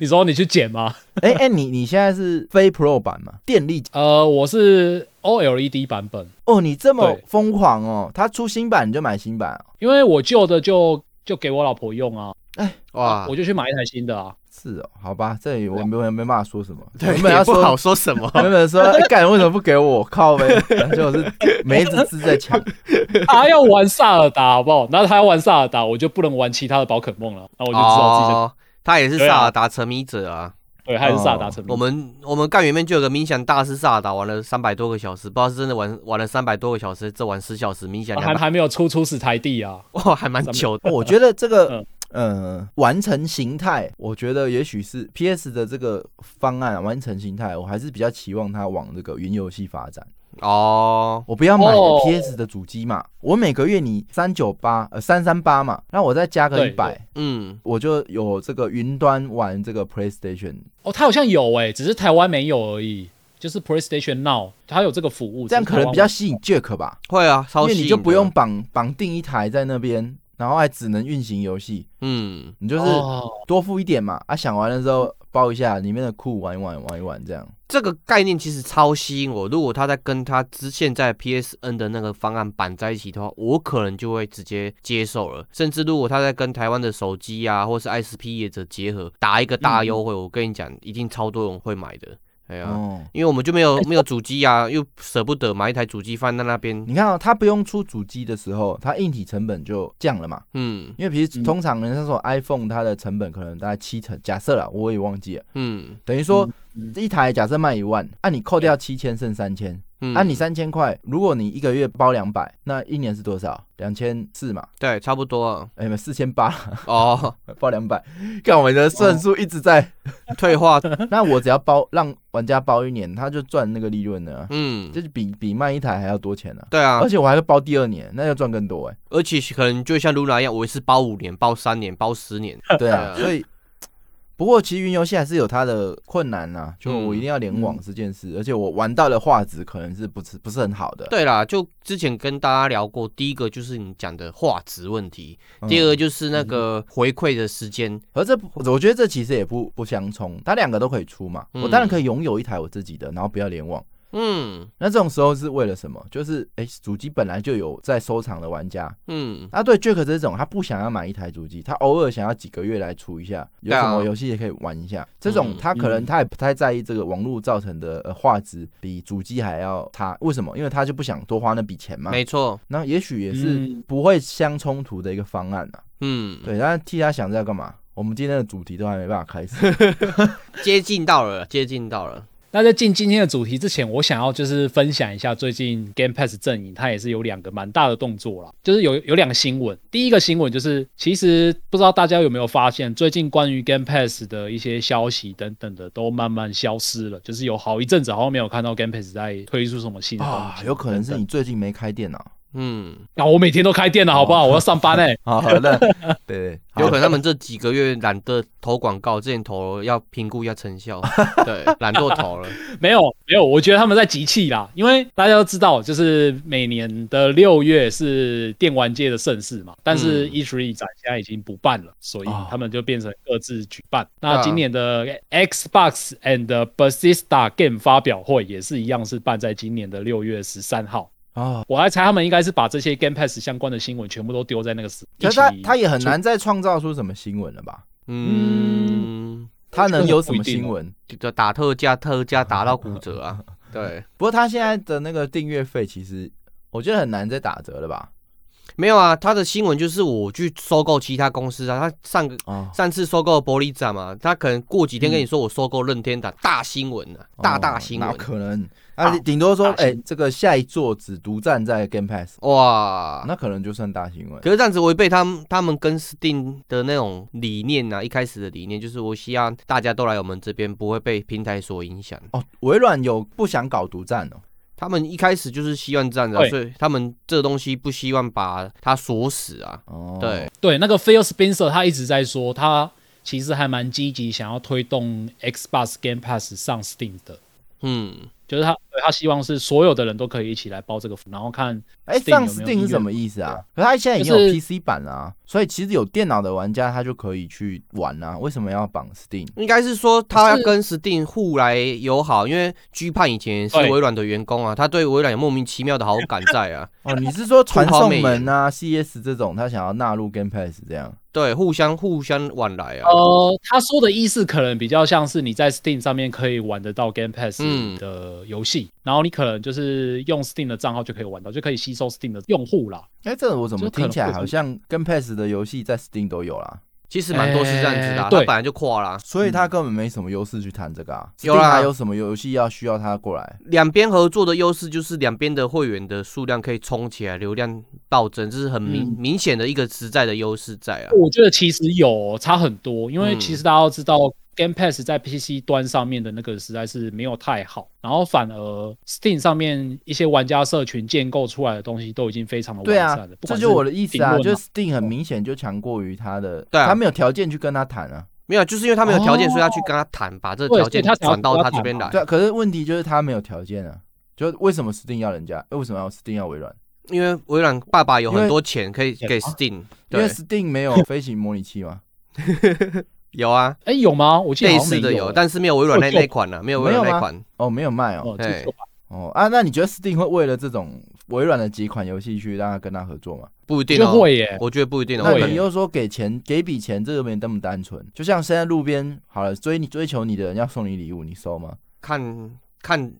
Speaker 2: 你说你去剪吗？
Speaker 4: 哎哎、你你现在是非 Pro 版吗？电力
Speaker 2: 呃，我是 OLED 版本，
Speaker 4: 哦，你这么
Speaker 2: 对
Speaker 4: 疯狂哦！它出新版你就买新版、哦，
Speaker 2: 因为我旧的就就给我老婆用啊，
Speaker 5: 哇
Speaker 2: 我，就去买一台新的啊。
Speaker 4: 是哦，好吧，这里我没有没办法说什么，
Speaker 5: 啊对，
Speaker 4: 原本要
Speaker 5: 也不
Speaker 4: 说，
Speaker 5: 好说什么
Speaker 4: 原本说哎干、为什么不给我靠 呗，然后结果是梅子自在抢，
Speaker 2: 他要玩萨尔达，好不好？然后他要玩萨尔达，我就不能玩其他的宝可梦了，那我就知道自己在、
Speaker 5: 哦，他也是
Speaker 2: 对啊
Speaker 5: 萨尔达沉迷者啊。
Speaker 2: 对，他也是萨尔达成
Speaker 5: 我们我们干员面就有个冥想大师萨尔达，玩了三百多个小时，不知道是真的玩玩了三百多个小时，这玩十小时冥想两
Speaker 2: 啊还
Speaker 5: 百，
Speaker 2: 还没有出初始台地啊。
Speaker 5: 哇，还蛮久的。
Speaker 4: 我觉得这个。
Speaker 2: 嗯
Speaker 4: 呃，完成形态，我觉得也许是 P.S. 的这个方案、啊、完成形态，我还是比较期望它往这个云游戏发展。
Speaker 5: 哦，
Speaker 4: 我不要买
Speaker 2: 哦
Speaker 4: P.S. 的主机嘛，我每个月你三九八呃三三八嘛，然后我再加个
Speaker 2: 对
Speaker 4: 一百，
Speaker 5: 嗯，
Speaker 4: 我就有这个云端玩这个 PlayStation，
Speaker 2: 哦，他好像有诶、只是台湾没有而已。就是 PlayStation Now，它有这个服务，
Speaker 4: 这样
Speaker 2: 只是台
Speaker 4: 可
Speaker 2: 湾
Speaker 4: 能比较吸引 Jack 吧，
Speaker 5: 会啊，
Speaker 4: 因
Speaker 5: 超
Speaker 4: 为
Speaker 5: 吸
Speaker 4: 你
Speaker 5: 引的
Speaker 4: 就不用，绑绑定一台在那边，然后还只能运行游戏，
Speaker 5: 嗯，
Speaker 4: 你就是
Speaker 2: 哦嗯
Speaker 4: 多付一点嘛，啊，想玩的时候包一下里面的库玩一玩玩一玩这样。
Speaker 5: 这个概念其实超吸引我。如果他在跟他之现在 PSN 的那个方案绑在一起的话，我可能就会直接接受了。甚至如果他在跟台湾的手机啊，或是 ISP 业者结合，打一个大优惠，我跟你讲，一定超多人会买的。哎呀、
Speaker 4: 嗯哦，
Speaker 5: 因为我们就没有没有主机啊，又舍不得买一台主机放在那边。
Speaker 4: 你看哦，它不用出主机的时候，它硬体成本就降了嘛。
Speaker 5: 嗯
Speaker 4: 因为平
Speaker 2: 嗯
Speaker 4: 时通常人家说 iPhone 它的成本可能大概七成，假设了我也忘记了，
Speaker 5: 嗯
Speaker 4: 等于说
Speaker 2: 嗯
Speaker 4: 一台假设卖一万，啊你扣掉七千剩三千，
Speaker 5: 嗯，
Speaker 4: 啊你三千块，如果你一个月包两百，那一年是多少？两千四嘛，
Speaker 5: 对，差不多啊
Speaker 4: 哎没四千八
Speaker 5: 哦，
Speaker 4: 包两百，看我们的算术一直在，
Speaker 5: 退化，
Speaker 4: 哦那我只要包让玩家包一年，他就赚那个利润了啊，
Speaker 5: 嗯，
Speaker 4: 就是比比卖一台还要多钱呢、
Speaker 5: 对啊
Speaker 4: 而，且我还会包第二年，那要赚更多哎、
Speaker 5: 而且可能就像露娜一样，我也是包五年、包三年、包十年，
Speaker 4: 对
Speaker 5: 对
Speaker 4: 啊
Speaker 5: 啊，
Speaker 4: 所以不过其实云游戏还是有它的困难呐、就
Speaker 5: 嗯
Speaker 4: 我一定要联网这件事，而且我玩到的画质可能是不是不是很好的。
Speaker 5: 对啦，就之前跟大家聊过，第一个就是你讲的画质问题，
Speaker 4: 嗯
Speaker 5: 第二个就是那个回馈的时间。
Speaker 4: 而这不我觉得这其实也不不相冲，它两个都可以出嘛。
Speaker 5: 嗯
Speaker 4: 我当然可以拥有一台我自己的，然后不要联网。
Speaker 5: 嗯
Speaker 4: 那这种时候是为了什么？就是哎，主机本来就有在收藏的玩家，
Speaker 5: 嗯，
Speaker 4: 啊，对 Jack 这种他不想要买一台主机，他偶尔想要几个月来出一下，有
Speaker 5: 对啊
Speaker 4: 什么游戏也可以玩一下。这
Speaker 5: 嗯
Speaker 4: 种他可
Speaker 2: 嗯
Speaker 4: 能他也不太在意这个网络造成的呃画质比主机还要差，为什么？因为他就不想多花那笔钱嘛。
Speaker 5: 没错。
Speaker 4: 那也许也是
Speaker 2: 嗯
Speaker 4: 不会相冲突的一个方案啊。
Speaker 5: 嗯，
Speaker 4: 对，但是替他想着要干嘛？我们今天的主题都还没办法开 始。
Speaker 5: 接近到了，接近到了。
Speaker 2: 那在进今天的主题之前，我想要就是分享一下最近 Game Pass 阵营，它也是有两个蛮大的动作啦，就是有有两个新闻。第一个新闻就是，其实不知道大家有没有发现，最近关于 Game Pass 的一些消息等等的都慢慢消失了，就是有好一阵子好像没有看到 Game Pass 在推出什么新的
Speaker 5: 哦
Speaker 2: 东
Speaker 4: 啊，
Speaker 2: 西
Speaker 4: 有可能是
Speaker 2: 等
Speaker 4: 你
Speaker 2: 等
Speaker 4: 最近没开电脑。
Speaker 5: 嗯，
Speaker 2: 啊，我每天都开店了，好不
Speaker 4: 哦
Speaker 2: 好？我要上班哎、
Speaker 5: 哦
Speaker 4: 好，好 的，对对，好
Speaker 5: 有可能他们这几个月懒得投广告，之前投了要评估一下成 效，对，懒惰投了。
Speaker 2: 没有没有，我觉得他们在集气啦，因为大家都知道，就是每年的六月是电玩界的盛事嘛，但是
Speaker 5: 嗯
Speaker 2: E3 展现在已经不办了，所以
Speaker 4: 哦
Speaker 2: 他们就变成各自举办。
Speaker 5: 啊
Speaker 2: 那今年的 Xbox and Bethesda Game 发表会也是一样，是办在今年的六月十三号。
Speaker 4: 啊。
Speaker 2: 我还猜他们应该是把这些 Game Pass 相关的新闻全部都丢在那个死一
Speaker 4: 可
Speaker 2: 起
Speaker 4: 是他他也很难再创造出什么新闻了吧？
Speaker 5: 嗯，
Speaker 4: 他能有什
Speaker 2: 不
Speaker 4: 么
Speaker 2: 一定哦
Speaker 4: 新闻？
Speaker 5: 就打特价，特价打到骨折啊。对，
Speaker 4: 不过他现在的那个订阅费，其实我觉得很难再打折了吧？
Speaker 5: 没有啊，他的新闻就是我去收购其他公司啊，他上个。
Speaker 4: 啊，
Speaker 5: 上次收购玻璃展嘛，他可能过几天跟你说我收购任天堂，大新闻啊，大大新
Speaker 4: 哦
Speaker 5: 闻
Speaker 4: 哪，可能？
Speaker 5: 大
Speaker 4: 啊，顶多说，
Speaker 5: 大新
Speaker 4: 哎，
Speaker 5: 闻
Speaker 4: 这个下一座只独占在 Game Pass，
Speaker 5: 哇！
Speaker 4: 那可能就算大新闻。
Speaker 5: 可是这样子违背他们他们跟 Steam 的那种理念呐、啊，一开始的理念就是我希望大家都来我们这边，不会被平台所影响。
Speaker 4: 哦，微软有不想搞独占哦，
Speaker 5: 他们一开始就是希望这样子、啊，
Speaker 2: 对
Speaker 5: 所以他们这东西不希望把它锁死啊。
Speaker 4: 哦，
Speaker 5: 对，
Speaker 2: 对，那个 Phil Spencer 他一直在说，他其实还蛮积极，想要推动 Xbox Game Pass 上 Steam 的，
Speaker 5: 嗯，
Speaker 2: 就是他对他希望是所有的人都可以一起来包这个服，然后看
Speaker 4: 哎，
Speaker 2: Steam
Speaker 4: 上
Speaker 2: 有没有
Speaker 4: Steam 是什么意思啊？可是它现在已经
Speaker 2: 就
Speaker 4: 有
Speaker 2: 是
Speaker 4: PC 版了、啊，所以其实有电脑的玩家他就可以去玩啊。为什么要绑 Steam？
Speaker 5: 应该是说他要跟 Steam 互来友好，因为 G 判以前也是
Speaker 2: 对
Speaker 5: 微软的员工啊，他对微软有莫名其妙的好感在啊。
Speaker 4: 哦，你是说传
Speaker 5: 好
Speaker 4: 送
Speaker 5: 美
Speaker 4: 门啊、CS 这种，他想要纳入 Game Pass 这样？
Speaker 5: 对，互相互相往来
Speaker 4: 哦
Speaker 5: 啊。
Speaker 2: 呃，他说的意思可能比较像是你在 Steam 上面可以玩得到 Game Pass
Speaker 5: 嗯
Speaker 2: 的游戏，然后你可能就是用 Steam 的账号就可以玩到，就可以吸收 Steam 的用户啦。
Speaker 4: 哎、这我怎么
Speaker 2: 就可能
Speaker 4: 听起来
Speaker 2: 会有
Speaker 4: 好像 Game Pass 的游戏在 Steam 都有啦？
Speaker 5: 其实蛮多是这样子的、啊，
Speaker 2: 哎
Speaker 5: 他
Speaker 2: 对
Speaker 5: 本来就垮啦。
Speaker 4: 所以
Speaker 2: 嗯
Speaker 4: 他根本没什么优势去谈这个啊。
Speaker 5: 有
Speaker 4: Steam
Speaker 5: 啦
Speaker 4: 还有什么游戏要需要他过来？
Speaker 5: 两边合作的优势就是两边的会员的数量可以冲起来，流量暴增，这是很明、
Speaker 2: 嗯
Speaker 5: 明显的一个实在的优势在
Speaker 4: 嗯
Speaker 5: 啊。
Speaker 2: 我觉得其实有差很多，因为
Speaker 5: 嗯
Speaker 2: 其实大家都知道。Game Pass 在 PC 端上面的那个实在是没有太好，然后反而 Steam 上面一些玩家社群建构出来的东西都已经非常的
Speaker 4: 对
Speaker 2: 完
Speaker 4: 啊
Speaker 2: 善了。不，
Speaker 4: 这
Speaker 2: 管
Speaker 4: 就是我的意思
Speaker 2: 评
Speaker 4: 啊，
Speaker 2: 论哦
Speaker 4: 就是 Steam 很明显就强过于他的，
Speaker 5: 对啊
Speaker 4: 他没有条件去跟他谈啊。
Speaker 5: 没有，就是因为他没有条件，
Speaker 2: 哦
Speaker 5: 所以要去跟他谈，把这个
Speaker 2: 对
Speaker 5: 条
Speaker 2: 所以
Speaker 5: 件
Speaker 2: 他才要
Speaker 5: 转到
Speaker 2: 跟
Speaker 5: 他
Speaker 2: 他
Speaker 5: 这边来
Speaker 2: 谈。
Speaker 4: 对啊，可是问题就是他没有条件啊，就为什么 Steam 要人家？哎为什么要 Steam 要微软？
Speaker 5: 因为微软爸爸有
Speaker 4: 因为
Speaker 5: 很多钱可以给
Speaker 2: 啊
Speaker 5: Steam，
Speaker 4: 因为
Speaker 5: 对，
Speaker 4: Steam 没有 飞行模拟器嘛，
Speaker 5: 有啊，
Speaker 2: 哎、有吗？我记得
Speaker 5: 类
Speaker 2: 好像
Speaker 5: 似
Speaker 2: 没
Speaker 5: 的
Speaker 2: 有
Speaker 5: 有，但是没有微软那
Speaker 2: 我就
Speaker 5: 那款了，啊没有微软
Speaker 4: 没有
Speaker 5: 那
Speaker 4: 吗
Speaker 5: 款。
Speaker 4: 哦，没有卖哦，
Speaker 2: 哦，
Speaker 5: 对
Speaker 2: 记错吧
Speaker 4: 哦啊，那你觉得 Steam 会为了这种微软的几款游戏去让他跟他合作吗？
Speaker 5: 不一定
Speaker 2: 就
Speaker 5: 哦，
Speaker 2: 会耶。
Speaker 5: 我觉得不一定哦。
Speaker 4: 那
Speaker 2: 会
Speaker 5: 可
Speaker 4: 你
Speaker 5: 能
Speaker 4: 又说给钱给笔钱，这个没那么单纯。就像现在路边好了，追你追求你的人要送你礼物，你收吗？
Speaker 5: 看看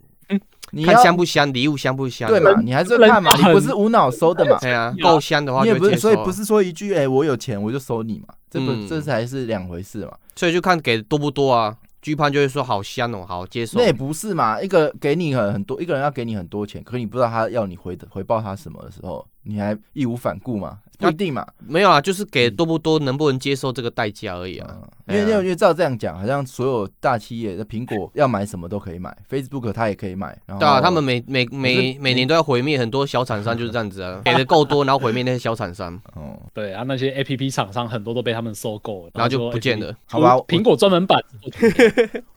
Speaker 4: 你
Speaker 5: 看
Speaker 4: 要
Speaker 5: 香不香，礼物香不香？啊
Speaker 4: 对嘛？你还是会看嘛，
Speaker 2: 人
Speaker 4: 你不是无脑收的嘛？
Speaker 5: 对啊，
Speaker 2: 对啊
Speaker 5: 够香的话
Speaker 4: 你
Speaker 5: 就
Speaker 4: 也不
Speaker 5: 会
Speaker 4: 是，
Speaker 5: 接受
Speaker 4: 所
Speaker 5: 啊
Speaker 4: 以不是说一句哎、我有钱我就收你嘛，这不、
Speaker 5: 嗯
Speaker 4: 这才是两回事嘛。
Speaker 5: 所以就看给多不多啊。巨胖就会说好香哦，好接受
Speaker 4: 那。也不是嘛，一个给你很很多，一个人要给你很多钱，可是你不知道他要你回的回报他什么的时候，你还义无反顾嘛？不一定嘛，
Speaker 5: 没有啊，就是给多不多，能不能接受这个代价而已啊。
Speaker 4: 嗯，因为
Speaker 5: 对啊
Speaker 4: 因为因为照这样讲，好像所有大企业的苹果要买什么都可以买，Facebook 它也可以买，然后
Speaker 5: 对啊，他们每每
Speaker 4: 可
Speaker 5: 每
Speaker 4: 是
Speaker 5: 每年都要毁灭很多小厂商，就是这样 子啊，给的够多，然后毁灭那些小厂商，
Speaker 4: 哦，
Speaker 2: 对啊，那些 A P P 厂商很多都被他们收购了，
Speaker 5: 然后就
Speaker 2: 说
Speaker 5: 不见了。
Speaker 4: 好吧
Speaker 2: 除
Speaker 4: 我
Speaker 2: 苹果专门版，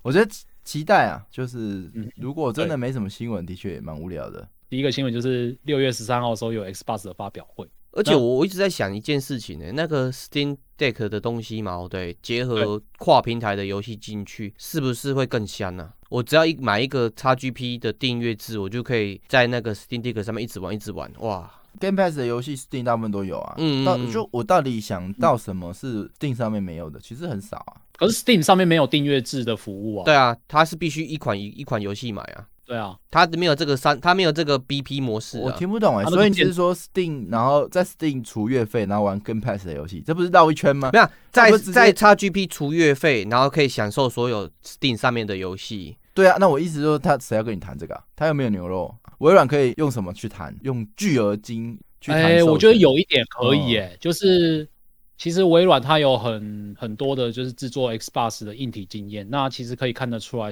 Speaker 4: 我觉得期期待啊，就是
Speaker 2: 嗯
Speaker 4: 如果真的没什么新闻，的确也蛮无聊的。
Speaker 2: 第一个新闻就是六月十三号的时候有 Xbox 的发表会，
Speaker 5: 而且我我一直在想一件事情
Speaker 4: 嗯
Speaker 5: 呢、那个 Steam Deck 的东西嘛，哦对，结合跨平台的游戏进去，是不是会更香呢、我只要一买一个 XGP 的订阅制，我就可以在那个 Steam Deck 上面一直玩一直玩，哇，
Speaker 4: Game Pass 的游戏 Steam 大部分都有啊，
Speaker 5: 嗯嗯
Speaker 4: 到
Speaker 5: 嗯
Speaker 4: 就我到底想到什么是 Steam 上面没有的，其实很少啊。
Speaker 2: 可是 Steam 上面没有订阅制的服务啊。
Speaker 5: 对啊，它是必须一款一一款游戏买啊，
Speaker 2: 对啊，
Speaker 5: 它没有这个三，它没有这个 BP 模式、啊。
Speaker 4: 我听不懂哎、
Speaker 2: 他们
Speaker 4: 所
Speaker 2: 不
Speaker 4: 以你
Speaker 2: 见
Speaker 4: 是说 Steam，然后在 Steam 除月费，然后玩 Game Pass 的游戏，这不是绕一圈吗
Speaker 5: 没？有在
Speaker 4: 不是直
Speaker 5: 在
Speaker 4: 接
Speaker 5: XGP 除月费，然后可以享受所有 Steam 上面的游戏。
Speaker 4: 对啊，那我意思说他谁要跟你谈这个、啊？他又没有牛肉，微软可以用什么去谈？用巨额金去谈授
Speaker 2: 哎、
Speaker 4: 权？
Speaker 2: 我觉得有一点可
Speaker 5: 嗯
Speaker 2: 以耶、就是其实微软它有很很多的，就是制作 Xbox 的硬体经验，那其实可以看得出来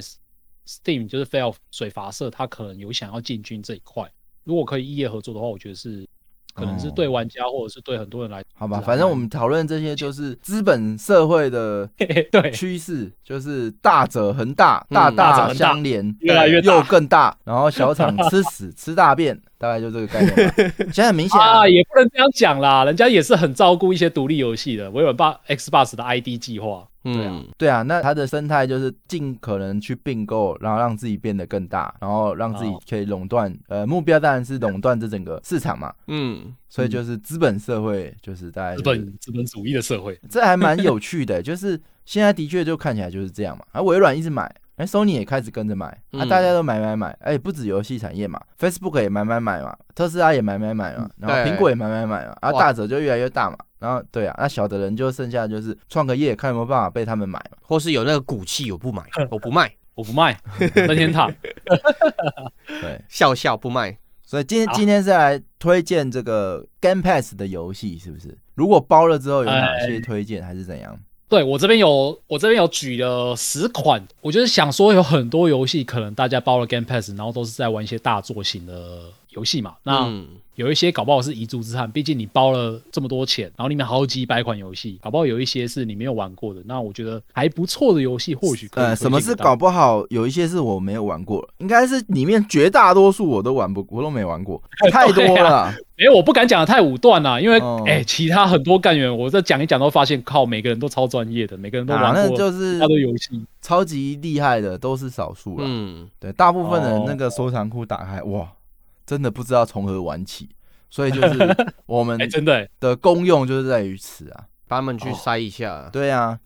Speaker 2: ，Steam 就是 f a i l 水发射，它可能有想要进军这一块。如果可以异业合作的话，我觉得是可能是
Speaker 4: 哦
Speaker 2: 对玩家或者是对很多人来，
Speaker 4: 好吧，反正我们讨论这些就是资本社会 的
Speaker 2: 对
Speaker 4: 趋势，就是大者恒大，
Speaker 5: 嗯
Speaker 4: 大
Speaker 5: 大
Speaker 2: 者
Speaker 4: 大
Speaker 2: 恒大
Speaker 4: 相连，
Speaker 2: 越来越大
Speaker 4: 又更大，然后小厂吃屎吃大便，大概就这个概 念吧。现在很明显啊
Speaker 2: 啊，，也不能这样讲啦，人家也是很照顾一些独立游戏的。微软把 Xbox 的 ID 计划，
Speaker 5: 嗯，
Speaker 4: 对啊，那它的生态就是尽可能去并购，然后让自己变得更大，然后让自己
Speaker 2: 哦
Speaker 4: 可以垄断。呃，目标当然是垄断这整个市场嘛，
Speaker 5: 嗯，
Speaker 4: 所以就是资本社会，就是大概
Speaker 2: 资
Speaker 4: 就是
Speaker 2: 本资本主义的社会，
Speaker 4: 这还蛮有趣的，就是现在的确就看起来就是这样嘛。啊，微软一直买，哎、s o n y 也开始跟着买，啊，
Speaker 5: 嗯
Speaker 4: 大家都买买买，哎、不止游戏产业嘛，Facebook 也买买买嘛，特斯拉也买买买嘛，然后
Speaker 5: 嗯对
Speaker 4: 苹果也买买买嘛，啊，
Speaker 5: 哇
Speaker 4: 大者就越来越大嘛，然后对啊，那小的人就剩下就是创个业，看有没有办法被他们买嘛。
Speaker 5: 或是有那个骨气，我不买，我不卖，
Speaker 2: 我不卖，任天堂，
Speaker 4: 对，
Speaker 5: 笑笑不卖。
Speaker 4: 所以今天
Speaker 2: 好
Speaker 4: 今天是来推荐这个 Game Pass 的游戏，是不是？如果包了之后有哪
Speaker 5: 哎
Speaker 4: 些推荐，还是怎样？
Speaker 2: 对我这边有，我这边有举了十款，我就是想说有很多游戏可能大家包了 Game Pass，然后都是在玩一些大作型的游戏嘛。那
Speaker 5: 嗯
Speaker 2: 有一些搞不好是遗珠之憾，毕竟你包了这么多钱，然后里面好几百款游戏，搞不好有一些是你没有玩过的。那我觉得还不错的游戏，或许可以
Speaker 4: 呃，
Speaker 2: 推
Speaker 4: 什么
Speaker 2: 荐
Speaker 4: 是
Speaker 2: 给大
Speaker 4: 搞不好？有一些是我没有玩过，应该是里面绝大多数我都玩不，我都没 玩过，太多了。
Speaker 2: 哎、我不敢讲的太武断啦、因为哎、
Speaker 4: 哦
Speaker 2: 诶其他很多干员，我这讲一讲都发现，靠，每个人都超专业的，每个人都
Speaker 4: 啊
Speaker 2: 玩
Speaker 4: 那
Speaker 2: 过
Speaker 4: 就是
Speaker 2: 他的游戏。
Speaker 4: 超级厉害的都是少数了。
Speaker 5: 嗯，
Speaker 4: 对，大部分人
Speaker 2: 哦
Speaker 4: 那个收藏库打开，哇，真的不知道从何玩起。所以就是 我们
Speaker 2: 哎、真的、欸，
Speaker 4: 的功用就是在于此啊。
Speaker 5: 帮他们去筛一下，
Speaker 4: 对啊，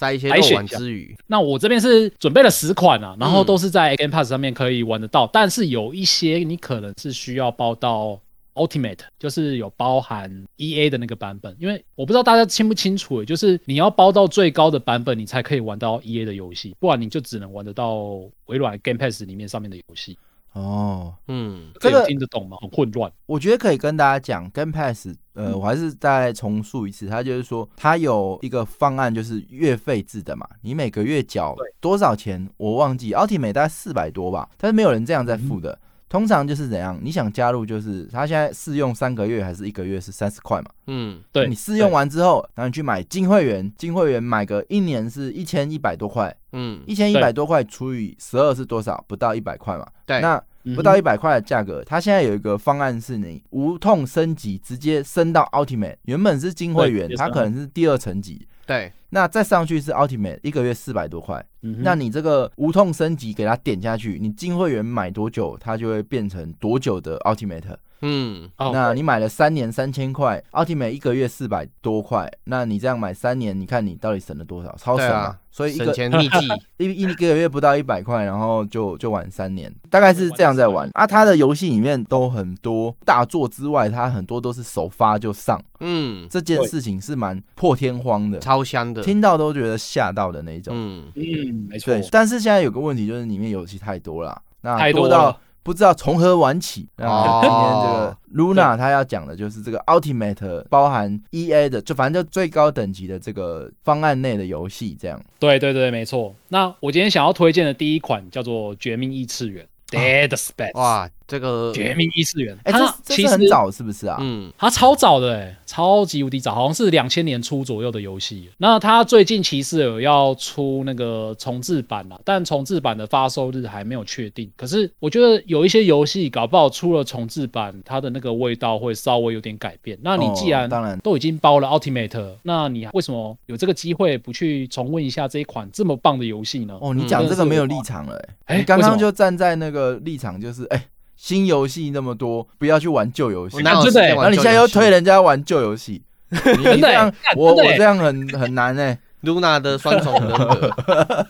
Speaker 5: 筛一些
Speaker 2: 筛
Speaker 5: 肉
Speaker 2: 选
Speaker 5: 丸
Speaker 2: 一下
Speaker 5: 之鱼。
Speaker 2: 那我这边是准备了十款啊，然后都
Speaker 4: 嗯
Speaker 2: 是在 Game Pass 上面可以玩得到，但是有一些你可能是需要包到 Ultimate，就是有包含 EA 的那个版本，因为我不知道大家清不清楚、就是你要包到最高的版本，你才可以玩到 EA 的游戏，不然你就只能玩得到微软 Game Pass 里面上面的游戏。
Speaker 4: 哦，
Speaker 5: 嗯
Speaker 4: 这
Speaker 2: 这
Speaker 4: 个
Speaker 2: 有听得懂吗？很混乱。
Speaker 4: 我觉得可以跟大家讲，Game Pass，呃，
Speaker 2: 嗯
Speaker 4: 我还是再重述一次，它就是说，它有一个方案就是月费制的嘛，你每个月缴多少钱我忘记，奥体美大概四百多吧，但是没有人这样在付
Speaker 2: 嗯
Speaker 4: 的，通常就是怎样，你想加入就是它现在试用三个月还是一个月是三十块嘛，
Speaker 5: 嗯
Speaker 2: 对
Speaker 4: 你试用完之后，然后你去买金会员，金会员买个一年是一千一百多块，
Speaker 5: 嗯，
Speaker 4: 一千一百
Speaker 2: 对
Speaker 4: 多块除以十二是多少？不到一百块嘛，
Speaker 5: 对，
Speaker 4: 那。
Speaker 2: 嗯
Speaker 4: 不到
Speaker 2: 哼
Speaker 4: 一百块的价格，它现在有一个方案是你无痛升级，直接升到 Ultimate。原本是金会员
Speaker 2: 对，直接
Speaker 4: 它
Speaker 2: 升
Speaker 4: 可能是第二层级，
Speaker 5: 对，
Speaker 4: 那再上去是 Ultimate，一个月四百多块。
Speaker 2: 嗯哼
Speaker 4: 那你这个无痛升级给它点下去，你金会员买多久，它就会变成多久的 Ultimate。
Speaker 5: 嗯
Speaker 2: 哦
Speaker 4: 那你买了三年三千块，Ultimate 一个月四百多块，那你这样买三年，你看你到底省了多少？超省
Speaker 5: 对
Speaker 4: 啊
Speaker 5: 啊！
Speaker 4: 所以一
Speaker 5: 省
Speaker 4: 个
Speaker 5: 钱秘籍，
Speaker 4: 一一个月不到一百块，然后就就玩三年，大概是这样在玩啊。它的游戏里面都很多大作之外，它很多都是首发就上，
Speaker 5: 嗯，
Speaker 4: 这件事情是蛮破天荒的，
Speaker 5: 超香的，
Speaker 4: 听到都觉得吓到的那一种。
Speaker 5: 嗯
Speaker 2: 嗯，没错
Speaker 4: 对，，但是现在有个问题就是里面游戏太多了，那
Speaker 2: 太多
Speaker 4: 到
Speaker 2: 了
Speaker 4: 不知道从何玩起。那
Speaker 5: 哦
Speaker 4: 今天这 个 Luna 她要讲的就是这个 Ultimate 包含 EA 的，就反正就最高等级的这个方案内的游戏这样。
Speaker 2: 对对对，没错。那我今天想要推荐的第一款叫做《绝命异次元》（Dead Space）。哇，
Speaker 5: 哇，这个
Speaker 2: 《绝命异次元》
Speaker 4: 啊哎、
Speaker 2: 它
Speaker 4: 这这
Speaker 2: 其
Speaker 4: 是
Speaker 2: 实
Speaker 4: 很，早是不是啊？
Speaker 5: 嗯
Speaker 2: 它超早的、欸，超级无敌早，好像是两千年初左右的游戏。那它最近其实有要出那个重置版啦，但重置版的发售日还没有确定。可是我觉得有一些游戏搞不好出了重置版，它的那个味道会稍微有点改变。那你既
Speaker 4: 哦
Speaker 2: 然
Speaker 4: 当然
Speaker 2: 都已经包了 Ultimate，那你为什么有这个机会不去重温一下这一款这么棒的游戏呢？
Speaker 4: 哦，你
Speaker 5: 嗯
Speaker 4: 讲这
Speaker 2: 真的
Speaker 4: 个
Speaker 2: 是
Speaker 4: 没有
Speaker 2: 我
Speaker 4: 立场了、欸，
Speaker 2: 哎
Speaker 4: 你刚
Speaker 2: 为什
Speaker 4: 刚
Speaker 2: 么
Speaker 4: 就站在那个立场，就是哎、新游戏那么多，不要去玩旧游戏
Speaker 5: 我。哪有
Speaker 2: 真的
Speaker 5: 时间
Speaker 2: 欸
Speaker 5: 玩
Speaker 4: 然后你现在
Speaker 5: 旧游
Speaker 4: 又
Speaker 5: 戏
Speaker 4: 推人家玩旧 游戏，你你这
Speaker 2: 真的
Speaker 4: 样
Speaker 2: 欸
Speaker 4: 我我
Speaker 2: 真的欸
Speaker 4: 这样很很 难哎、
Speaker 5: Luna 的双重人格，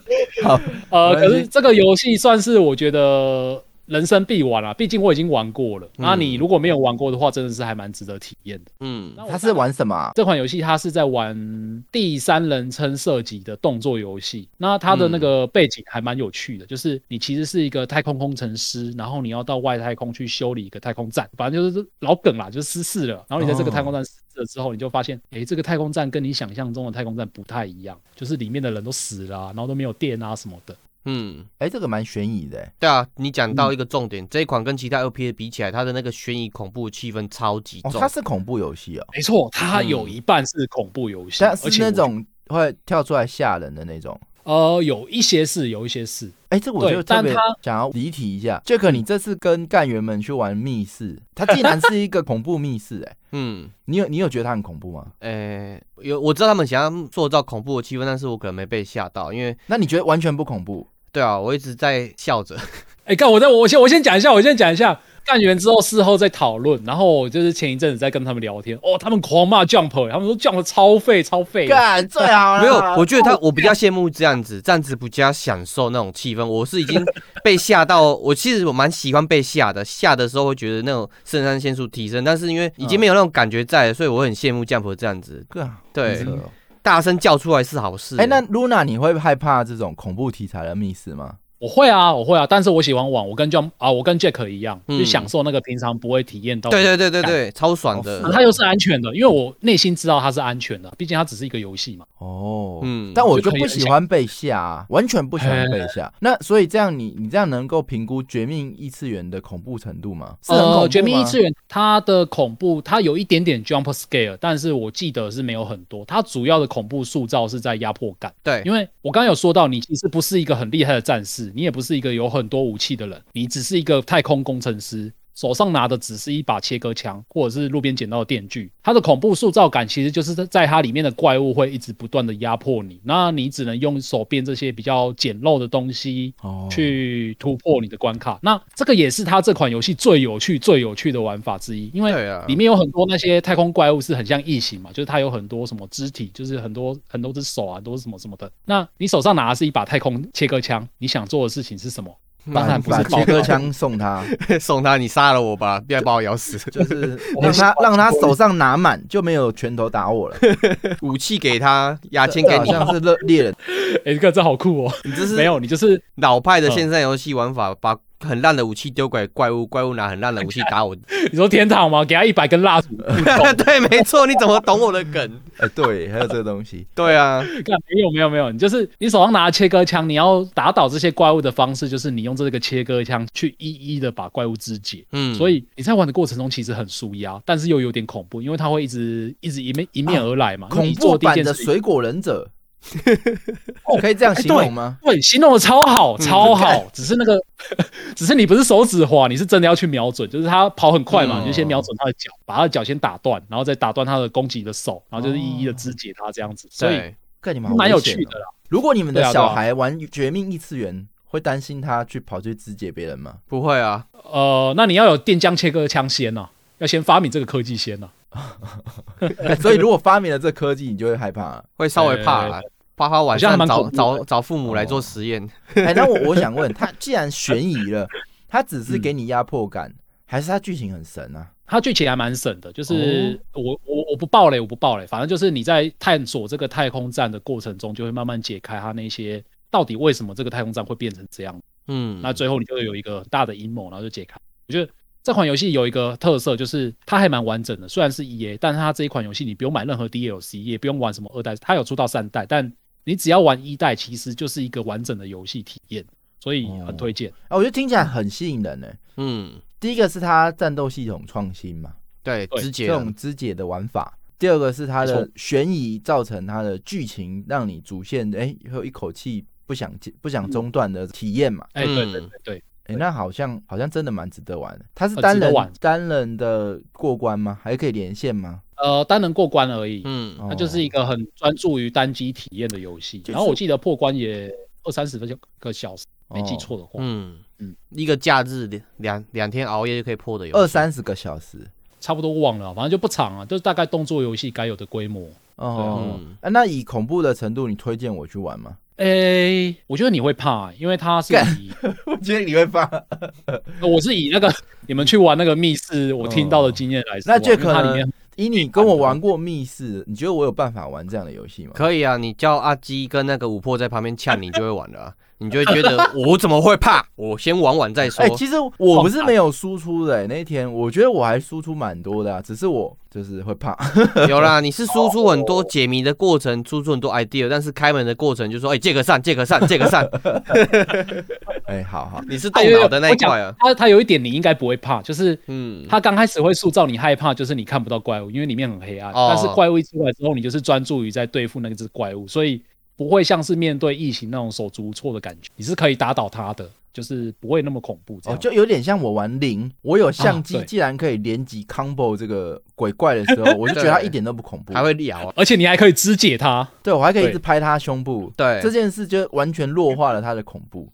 Speaker 2: 呃，
Speaker 4: 没关
Speaker 2: 可
Speaker 4: 系
Speaker 2: 是这个游戏算是我觉得人生必玩啦、毕竟我已经玩过
Speaker 4: 嗯
Speaker 2: 了。那你如果没有玩过的话，真的是还蛮值得体验的。
Speaker 5: 嗯
Speaker 2: 那我
Speaker 4: 他是玩什么啊、
Speaker 2: 这款游戏，它是在玩第三人称射击的动作游戏。那它的那个背景还蛮有趣的，就是你其实是一个太空工程师，然后你要到外太空去修理一个太空站，反正就是老梗啦，就是失事了。然后你在这个太空站失事了之后，你就发现，诶，这个太空站跟你想象中的太空站不太一样，就是里面的人都死了啊、然后都没有电啊什么的。
Speaker 5: 嗯，
Speaker 4: 哎、这个蛮悬疑的、欸，
Speaker 5: 对啊，你讲到一个重点，这一款跟其他 LPA 比起来，它的那个悬疑恐怖气氛超级
Speaker 4: 哦，
Speaker 5: 重
Speaker 4: 它，是恐怖游戏哦，
Speaker 2: 没嗯错，它有一半是恐怖游戏，
Speaker 4: 但
Speaker 2: 而
Speaker 4: 是
Speaker 2: 且
Speaker 4: 那
Speaker 2: 我
Speaker 4: 种会跳出来吓人的那种。
Speaker 2: 呃，有一些是，有一些是，
Speaker 4: 哎，这我
Speaker 2: 对
Speaker 4: 就特别
Speaker 2: 但他嗯
Speaker 4: 想要离题一下。杰克，你这次跟干员们去玩密室，它竟然是一个恐怖密室、哎，
Speaker 5: 嗯，
Speaker 4: 你有你有觉得它很恐怖吗？
Speaker 5: 诶、有我知道他们想要塑造恐怖的气氛，但是我可能没被吓到，因为
Speaker 4: 那你觉得完全不恐怖？
Speaker 5: 对啊，我一直在笑着。
Speaker 2: 哎、干我在我先我先讲一下，我先讲一下，干员之后事后再讨论。然后我就是前一阵子在跟他们聊天，哦，他们狂骂 Jump，他们欸说 Jump 超废超废的。
Speaker 4: 干最好了，
Speaker 5: 没有，我觉得
Speaker 4: 哦
Speaker 5: 他我比较羡慕这样子，这样子比较享受那种气氛。我是 已经被吓到，我其实我蛮喜欢被吓的，吓的时候会觉得那种肾上腺素提升，但是因为已经没有那种感觉在了，所以我很羡慕 Jump 这样子，
Speaker 4: 干
Speaker 5: 对
Speaker 4: 很扯哦
Speaker 5: 大声叫出来是好事。
Speaker 4: 哎、那 Luna 你会害怕这种恐怖题材的密室吗？
Speaker 2: 我会啊，我会啊，但是我喜欢玩，我跟 Jump 啊，我跟 Jack 一样，
Speaker 5: 嗯
Speaker 2: 就享受那个平常不会体验到的。啊
Speaker 5: 对对对对
Speaker 4: 哎
Speaker 5: 对，超爽
Speaker 4: 好
Speaker 5: 的
Speaker 4: 爽。
Speaker 2: 它又是安全的，因为我内心知道它是安全的，毕竟它只是一个游戏嘛。
Speaker 4: 哦，
Speaker 5: 嗯
Speaker 4: 但我就
Speaker 2: 就可以
Speaker 4: 不喜欢被吓、啊，完全不喜欢被吓。那所以这样你你这样能够评估《绝命异次元》的恐怖程度吗？是很恐怖吗？
Speaker 2: 呃，绝命异次元它的恐怖，它有一点点 jump scare，但是我记得是没有很多。它主要的恐怖塑造是在压迫感，
Speaker 5: 对，
Speaker 2: 因为我刚刚有说到，你其实不是一个很厉害的战士，你也不是一个有很多武器的人，你只是一个太空工程师，手上拿的只是一把切割枪或者是路边捡到的电锯。它的恐怖塑造感其实就是在它里面的怪物会一直不断的压迫你，那你只能用手边这些比较简陋的东西
Speaker 4: 哦
Speaker 2: 去突破你的关卡。那这个也是它这款游戏最有趣、最有趣的玩法之一，因为
Speaker 5: 对啊
Speaker 2: 里面有很多那些太空怪物是很像异形嘛，就是它有很多什么肢体，就是很多很多只手啊，很多什么什么的。那你手上拿的是一把太空切割枪，你想做的事情是什么？当然不
Speaker 4: 嗯把
Speaker 2: 是
Speaker 4: 切割枪送他，
Speaker 5: 送他，你杀了我吧，不要把我咬死。
Speaker 4: 就是让他让他手上拿满，就没有拳头 打我了。
Speaker 5: 武器给他，牙签
Speaker 4: 这
Speaker 5: 给
Speaker 4: 好
Speaker 5: 你，
Speaker 4: 像是猎猎人，
Speaker 2: 哎、这个这好酷哦！
Speaker 5: 你这是
Speaker 2: 没有，嗯你就是
Speaker 5: 老派的线上游戏玩法，把很烂的武器丢给怪物，怪物拿很烂的武器 打我。
Speaker 2: 你说天堂吗？给他一百根蜡烛，
Speaker 5: 对，没错，你怎么懂我的 梗？
Speaker 4: 哎，对，还有这个东西，
Speaker 5: 对啊，
Speaker 2: 干没有没有没有，你就是你手上拿的切割枪，你要打倒这些怪物的方式就是你用这个切割枪去一一的把怪物肢解。
Speaker 5: 嗯，
Speaker 2: 所以你在玩的过程中其实很舒压，但是又有点恐怖，因为它会一直一直迎面迎面而来嘛。因为
Speaker 4: 啊恐
Speaker 2: 你
Speaker 4: 怖
Speaker 2: 做第一
Speaker 4: 版
Speaker 2: 件
Speaker 4: 的
Speaker 2: 事情，哎
Speaker 4: 水果 忍者，可以这样形容吗？
Speaker 2: 对，形容的超
Speaker 4: 嗯
Speaker 2: 好，超好
Speaker 5: 干。
Speaker 2: 只是那个， 只是你不是手指滑，你是真的要去瞄准，就是它跑很快嘛，
Speaker 4: 嗯
Speaker 2: 你就先瞄准它的脚，把它的脚先打断，然后再打断它的攻击的手，然后就是一一的肢解它这样子，所以
Speaker 5: 对
Speaker 4: 看你们嗯好
Speaker 2: 蛮有
Speaker 4: 危险
Speaker 2: 趣
Speaker 4: 哦
Speaker 2: 的啦。
Speaker 4: 如果你们的
Speaker 2: 对啊对啊
Speaker 4: 小孩玩《绝命异次元》，会担心他去跑去肢解别人 吗？
Speaker 5: 不会啊，
Speaker 2: 呃，那你要有电浆切割枪先呐、要先发明这个科技先啊呐、
Speaker 4: 所以如果发明了这科技，你就会害怕了。
Speaker 5: 会稍微怕啦，怕他晚
Speaker 2: 好像
Speaker 5: 上
Speaker 2: 还蛮
Speaker 5: 找
Speaker 2: 恐怖的哦
Speaker 5: 找找父母来做实验。
Speaker 4: 哎，那我我想问，他既然悬 疑了，他只是给你压迫
Speaker 2: 嗯
Speaker 4: 感，还是他剧情很神啊？
Speaker 2: 它剧情还蛮省的，就是
Speaker 5: 哦
Speaker 2: 我我我不爆雷，我不爆雷，反正就是你在探索这个太空站的过程中，就会慢慢解开它那些到底为什么这个太空站会变成这样。
Speaker 5: 嗯，
Speaker 2: 那最后你就会有一个很大的阴谋，然后就解开。我觉得这款游戏有一个特色，就是它还蛮完整的，虽然是 E A，但是它这一款游戏你不用买任何 D L C，也不用玩什么二代，它有出到三代，但你只要玩一代，其实就是一个完整的游戏体验，所以
Speaker 5: 哦
Speaker 2: 很推荐。
Speaker 4: 啊，我觉得听起来很吸引人呢。欸
Speaker 5: 嗯，
Speaker 4: 第一个是他战斗系统创新嘛，
Speaker 5: 对，
Speaker 2: 对
Speaker 5: 肢
Speaker 4: 这
Speaker 5: 解了
Speaker 4: 种肢解的玩法。第二个是它
Speaker 2: 没
Speaker 4: 的悬疑造成它的剧情让你主线哎会有一口气不想接不想中断的体验嘛。
Speaker 2: 哎、
Speaker 5: 嗯
Speaker 2: 对对对对，
Speaker 4: 哎、那好像好像真的蛮值得玩的。它是
Speaker 2: 很哦
Speaker 4: 单
Speaker 2: 值得
Speaker 4: 人
Speaker 2: 玩
Speaker 4: 单人的过关吗？还可以连线吗？
Speaker 2: 呃，单人过关而已，
Speaker 5: 嗯，
Speaker 4: 哦
Speaker 2: 它就是一个很专注于单机体验的游戏。
Speaker 4: 就是
Speaker 2: 然后我记得破关也二三十分个小时，没记
Speaker 4: 哦
Speaker 2: 错的话，
Speaker 5: 嗯
Speaker 2: 嗯
Speaker 5: 一个假日两两两天熬夜就可以破的游戏，
Speaker 4: 二三十个小时
Speaker 2: 差不多忘了，反正就不长啊，就是大概动作游戏该有的规模。
Speaker 4: 哦、
Speaker 5: 嗯
Speaker 4: 啊那以恐怖的程度，你推荐我去玩吗？
Speaker 2: 诶、我觉得你会怕、因为它是
Speaker 4: 嗯干
Speaker 2: 以
Speaker 4: 我觉得你会发，
Speaker 2: 呃我是以那个你们去玩那个密室，我听到的经验来说啊，
Speaker 4: 哦那这
Speaker 2: 因为它
Speaker 4: 可
Speaker 2: 里面
Speaker 4: 能以你跟我玩过密室，你觉得我有办法玩这样的游戏吗？
Speaker 5: 可以啊，你叫阿基跟那个五破在旁边呛你就会玩了 啊、你就会觉得我怎么会怕？我先玩玩再说
Speaker 4: 哎、。其实我不是没有输出的、哎那一天我觉得我还输出蛮多的、啊，只是我就是会怕。
Speaker 5: 有啦，你是输出很多解谜的过程，输出很多 idea，但是开门的过程就说，哎、借个扇，借个扇，借个 扇，
Speaker 4: 哎、好好，
Speaker 5: 你是动脑的那一块啊。
Speaker 2: 它它有一点你应该不会怕，就是
Speaker 4: 哎
Speaker 5: 嗯，
Speaker 2: 它刚开始会塑造你害怕，就是你看不到怪物，因为里面很黑暗。
Speaker 5: 哦
Speaker 2: 但是怪物一出来之后，你就是专注于在对付那只怪物，所以不会像是面对疫情那种手足无措的感觉，你是可以打倒他的，就是不会那么恐怖这
Speaker 4: 哦，
Speaker 2: 样。
Speaker 4: 就有点像我玩零，我有相机
Speaker 2: 啊，对
Speaker 4: 既然可以连击 combo 这个鬼怪的 时候，我就觉得它一点都不恐怖，
Speaker 5: 还会聊啊，
Speaker 2: 而且你还可以肢解他，
Speaker 4: 对我还可以一直
Speaker 2: 对
Speaker 4: 拍他胸部，
Speaker 5: 对
Speaker 4: 这件事就完全弱化了他的恐 怖。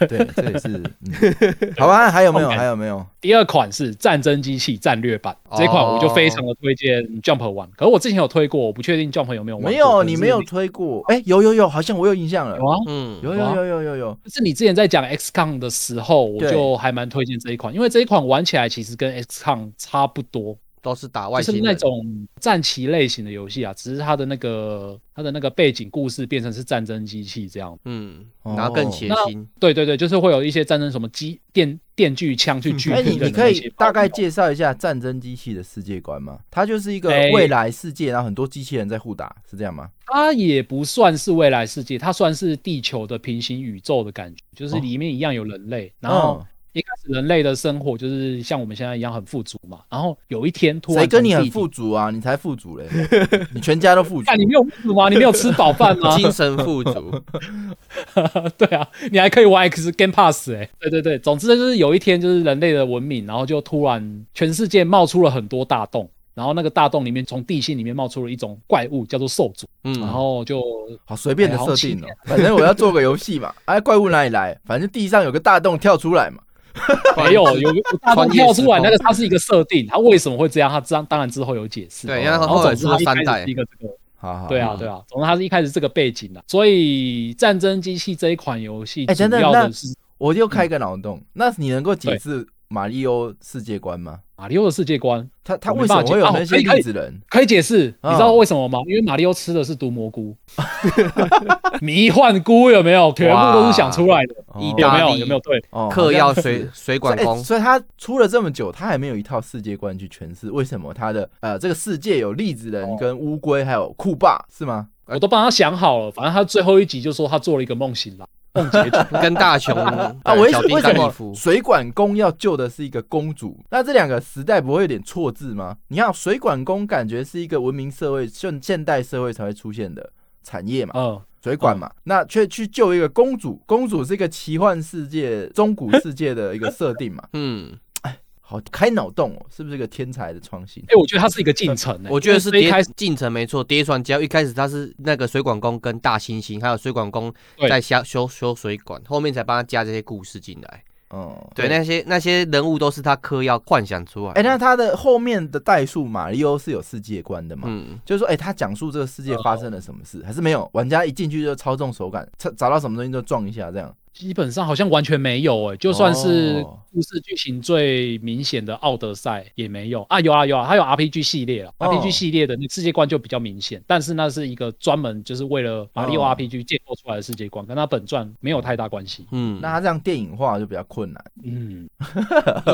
Speaker 4: 对，这也是，嗯、好吧？还有没有？
Speaker 2: OK
Speaker 4: 还有没有？
Speaker 2: 第二款是战争机器战略版，
Speaker 5: 哦
Speaker 2: 这款我就非常的推荐 Jump 玩。可是我之前有推过，我不确定 Jump 有没有玩过。
Speaker 4: 没
Speaker 2: 可
Speaker 4: 有，
Speaker 2: 是
Speaker 4: 你没有推过？哎、有有有，好像我有印象了
Speaker 2: 有。啊？
Speaker 5: 嗯，
Speaker 4: 有
Speaker 2: 有
Speaker 4: 有
Speaker 2: 啊
Speaker 4: 有有有有，
Speaker 2: 就是你之前在讲 XCOM 的时候，我
Speaker 4: 对
Speaker 2: 就还蛮推荐这一款，因为这一款玩起来其实跟 XCOM 差不多，
Speaker 5: 都是打
Speaker 2: 就
Speaker 5: 外
Speaker 2: 是
Speaker 5: 星人
Speaker 2: 那种战棋类型的游戏啊，只是它的那个它的那个背景故事变成是战争机器这样。
Speaker 5: 嗯，
Speaker 4: 哦
Speaker 5: 然后更血腥，
Speaker 2: 对对对，就是会有一些战争什么机电电锯枪去锯
Speaker 4: 哎、
Speaker 2: 人的那
Speaker 4: 你
Speaker 2: 些。
Speaker 4: 你可以大概介绍一下战争机器的世界观吗？它就是一个
Speaker 2: 哎
Speaker 4: 未来世界，然后很多机器人在互打，是这样吗？
Speaker 2: 它也不算是未来世界，它算是地球的平行宇宙的感觉，就是
Speaker 4: 哦
Speaker 2: 里面一样有人类，然后
Speaker 4: 嗯
Speaker 2: 一开始人类的生活就是像我们现在一样很富足嘛，然后有一天突然
Speaker 4: 谁跟你
Speaker 2: 从
Speaker 4: 很
Speaker 2: 地底
Speaker 4: 富足啊？你才富足嘞， 你全家都富足
Speaker 2: 干，。你没有富足吗？你没有吃饱饭 吗？
Speaker 5: 精神富足，
Speaker 2: 对啊，你还可以玩 X Game Pass 哎、对对对，总之就是有一天就是人类的文明，然后就突然全世界冒出了很多大洞，然后那个大洞里面从地心里面冒出了一种怪物叫做兽族，
Speaker 5: 嗯，
Speaker 4: 哦
Speaker 2: 然后就
Speaker 4: 好随便的
Speaker 2: 哎好
Speaker 4: 设
Speaker 2: 奇
Speaker 4: 定哦、反正我要做个游戏 嘛。哎，怪物哪里来？反正地上有个大洞跳出来嘛。
Speaker 2: 没 有有有大洞
Speaker 5: 穿越
Speaker 2: 跳出来，
Speaker 5: 时空
Speaker 2: 那个它是一个设定，它为什么会这样？它当当然之后有解释。
Speaker 5: 对，
Speaker 4: 哦
Speaker 5: 因为他
Speaker 2: 然后
Speaker 5: 后来
Speaker 2: 总
Speaker 5: 出
Speaker 2: 之它
Speaker 5: 了
Speaker 2: 一
Speaker 5: 三
Speaker 2: 开
Speaker 5: 代
Speaker 2: 始是一，个这个
Speaker 4: 好好，
Speaker 2: 对啊
Speaker 5: 嗯
Speaker 2: 对啊，总之它是一开始这个背景的，所以《战争机器》这一款游戏
Speaker 4: 哎
Speaker 2: 主
Speaker 4: 等等
Speaker 2: 要
Speaker 4: 那
Speaker 2: 的是
Speaker 4: 我就开一个脑
Speaker 2: 嗯
Speaker 4: 洞。那你能够解
Speaker 2: 对
Speaker 4: 释马里欧世界观吗？
Speaker 2: 马里奥的世界观，
Speaker 4: 他他
Speaker 2: 我没
Speaker 4: 为什么
Speaker 2: 办法解
Speaker 4: 会有
Speaker 2: 啊
Speaker 4: 那些
Speaker 2: 可以可以
Speaker 4: 粒子人？
Speaker 2: 可以解释，
Speaker 4: 哦
Speaker 5: 啊
Speaker 2: 你知道为什么吗？因为马里奥吃的是毒蘑菇， 迷幻菇有没有？全部都是想出来的，
Speaker 4: 哦
Speaker 5: 意
Speaker 2: 有
Speaker 5: 大
Speaker 2: 没有？
Speaker 5: 利
Speaker 2: 有没有？对，
Speaker 4: 哦
Speaker 5: 嗑药
Speaker 4: 好像
Speaker 5: 水
Speaker 4: 是
Speaker 5: 水管
Speaker 4: 所以
Speaker 5: 工
Speaker 4: 欸，所以他出了这么久，他还没有一套世界观去诠释为什么他的呃这个世界有粒子
Speaker 2: 哦
Speaker 4: 人、跟乌龟还有酷霸是吗？
Speaker 5: 哎
Speaker 2: 我都帮他想好了。反正他最后一集就说他做了一个梦醒来，梦结局。
Speaker 5: 跟大雄
Speaker 4: 啊，
Speaker 5: 对
Speaker 4: 为
Speaker 5: 小
Speaker 4: 什
Speaker 5: 弟
Speaker 4: 为什
Speaker 5: 甘利
Speaker 4: 么
Speaker 5: 夫，
Speaker 4: 水管工要救的是一个公主？那这两个时代不会有点错字吗？你看水管工感觉是一个文明社会、现现代社会才会出现的产业嘛，
Speaker 5: 啊
Speaker 2: 嗯，
Speaker 5: 哦
Speaker 4: 水管嘛，那却去救一个公主，公主是一个奇幻世界、中古世界的一个设定嘛，
Speaker 5: 嗯，
Speaker 4: 好开脑洞哦，是不是个天才的创新？
Speaker 2: 哎、我觉得他是一个进程、欸，
Speaker 5: 我觉得是
Speaker 2: 因为一
Speaker 5: 叠
Speaker 2: 开始
Speaker 5: 进程没错，叠船胶一开始他是那个水管工跟大猩猩，还有水管工
Speaker 2: 对
Speaker 5: 在修修修水管，后面才帮他加这些故事进来。
Speaker 4: 哦，
Speaker 5: 对，那些那些人物都是他嗑药幻想出来的。
Speaker 4: 哎、那他的后面的代数马里欧是有世界观的嘛？
Speaker 5: 嗯，哦
Speaker 4: 就是说，哎、他讲述这个世界发生了什么事，还是没有？玩家一进去就操纵手感，找找到什么东西就撞一下，这样。
Speaker 2: 基本上好像完全没有、欸，哎，就算是
Speaker 4: 哦
Speaker 2: 故事剧情最明显的《奥德赛》也没有啊，有啊有啊，它有 RPG 系列了、
Speaker 4: 哦
Speaker 2: r p g 系列的那个世界观就比较明显，但是那是一个专门就是为了马里奥
Speaker 4: 哦
Speaker 2: RPG 建构出来的世界观，跟它本传没有太大关系。
Speaker 5: 嗯，
Speaker 4: 那他这样电影化就比较困难。
Speaker 2: 嗯。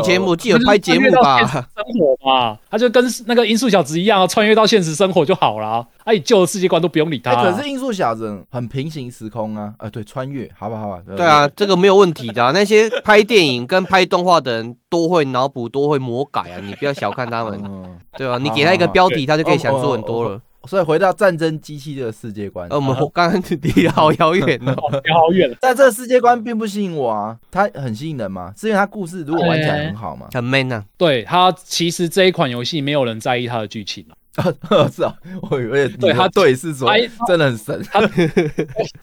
Speaker 5: 以前我记得有拍节目 吧？
Speaker 2: 生活嘛，他就跟那个《音速小子》一样啊，穿越到现实生活就好啦。哎、你旧的世界观都不用理他、
Speaker 4: 哎、
Speaker 2: 啊。
Speaker 4: 可是《音速小子》很平行时空啊，呃，对，穿越，好吧，好吧。
Speaker 5: 对啊，这个没有问题的啊、那些拍电影跟拍动画的人多会脑补，多会魔改啊！你不要小看他
Speaker 4: 嗯，
Speaker 5: 们，
Speaker 4: 嗯。
Speaker 5: 对啊吧、你给他一个标题，他就可以想出很多了。
Speaker 4: 所以回到战争机器这个世界观，
Speaker 5: 呃，我们刚刚 离得好遥远哦。
Speaker 2: 哦聊好远了，
Speaker 4: 但这个世界观并不吸引我啊。它很吸引人吗？是因为它故事如果玩起来很好吗？
Speaker 5: 很 man 啊，
Speaker 2: 对他其实这一款游戏没有人在意它的剧情啊
Speaker 4: 是啊，我以为你
Speaker 2: 对
Speaker 4: 的
Speaker 2: 它
Speaker 4: 对是说
Speaker 2: 它
Speaker 4: 真的很神。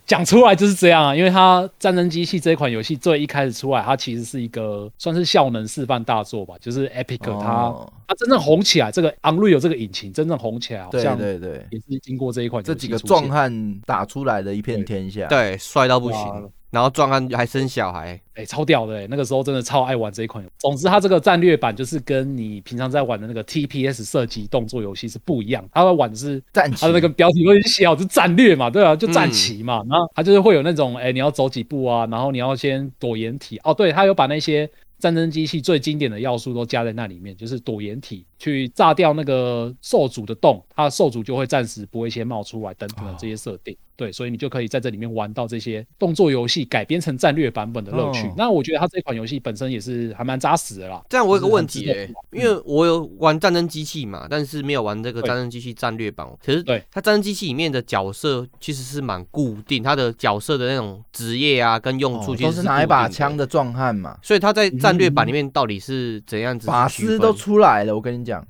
Speaker 2: 讲出来就是这样啊，因为它《战争机器》这一款游戏最一开始出来，它其实是一个算是效能示范大作吧，就是 Epic 它、
Speaker 4: 哦
Speaker 2: 它真正红起来，这个 Unreal 这个引擎真正红起来，好
Speaker 4: 对
Speaker 2: 像
Speaker 4: 对对，
Speaker 2: 也是经过这一款游戏
Speaker 4: 这几个
Speaker 2: 出现
Speaker 4: 壮汉打出来的一片天下。，
Speaker 5: 对，帅到不
Speaker 2: 哇
Speaker 5: 行，然后壮汉还生小孩，
Speaker 2: 哎、超屌的、欸！那个时候真的超爱玩这一款游戏。总之，它这个战略版就是跟你平常在玩的那个 TPS 射击动作游戏是不一样，它会玩的是
Speaker 4: 战嗯旗
Speaker 2: 它的那个标题都已经写好，就战略嘛，对啊，就战旗嘛。然后它就是会有那种，哎、你要走几步啊，然后你要先躲掩体。哦，对，它有把那些战争机器最经典的要素都加在那里面，就是躲掩体、去炸掉那个兽主的洞，它的兽主就会暂时不会先冒出来，等等的这些设定。对，所以你就可以在这里面玩到这些动作游戏改编成战略版本的乐趣。
Speaker 4: 哦
Speaker 2: 那我觉得它这款游戏本身也是还蛮扎实的啦。
Speaker 5: 这样我有个
Speaker 2: 就是很
Speaker 5: 问题
Speaker 2: 值得
Speaker 5: 欸
Speaker 2: 去玩
Speaker 5: 因为我有玩战争机器嘛，但是没有玩这个
Speaker 2: 对
Speaker 5: 战争机器战略版。可是
Speaker 2: 对
Speaker 5: 它战争机器里面的角色其实是蛮固定，它的角色的那种职业啊跟用处
Speaker 4: 哦
Speaker 5: 其
Speaker 4: 都
Speaker 5: 实
Speaker 4: 是
Speaker 5: 是
Speaker 4: 拿一把枪嗯
Speaker 5: 的。
Speaker 4: 的壮汉嘛，
Speaker 5: 所以它在战略版里面到底是怎样子
Speaker 4: 法
Speaker 5: 区
Speaker 4: 师
Speaker 5: 分
Speaker 4: 都出来了，我跟你讲，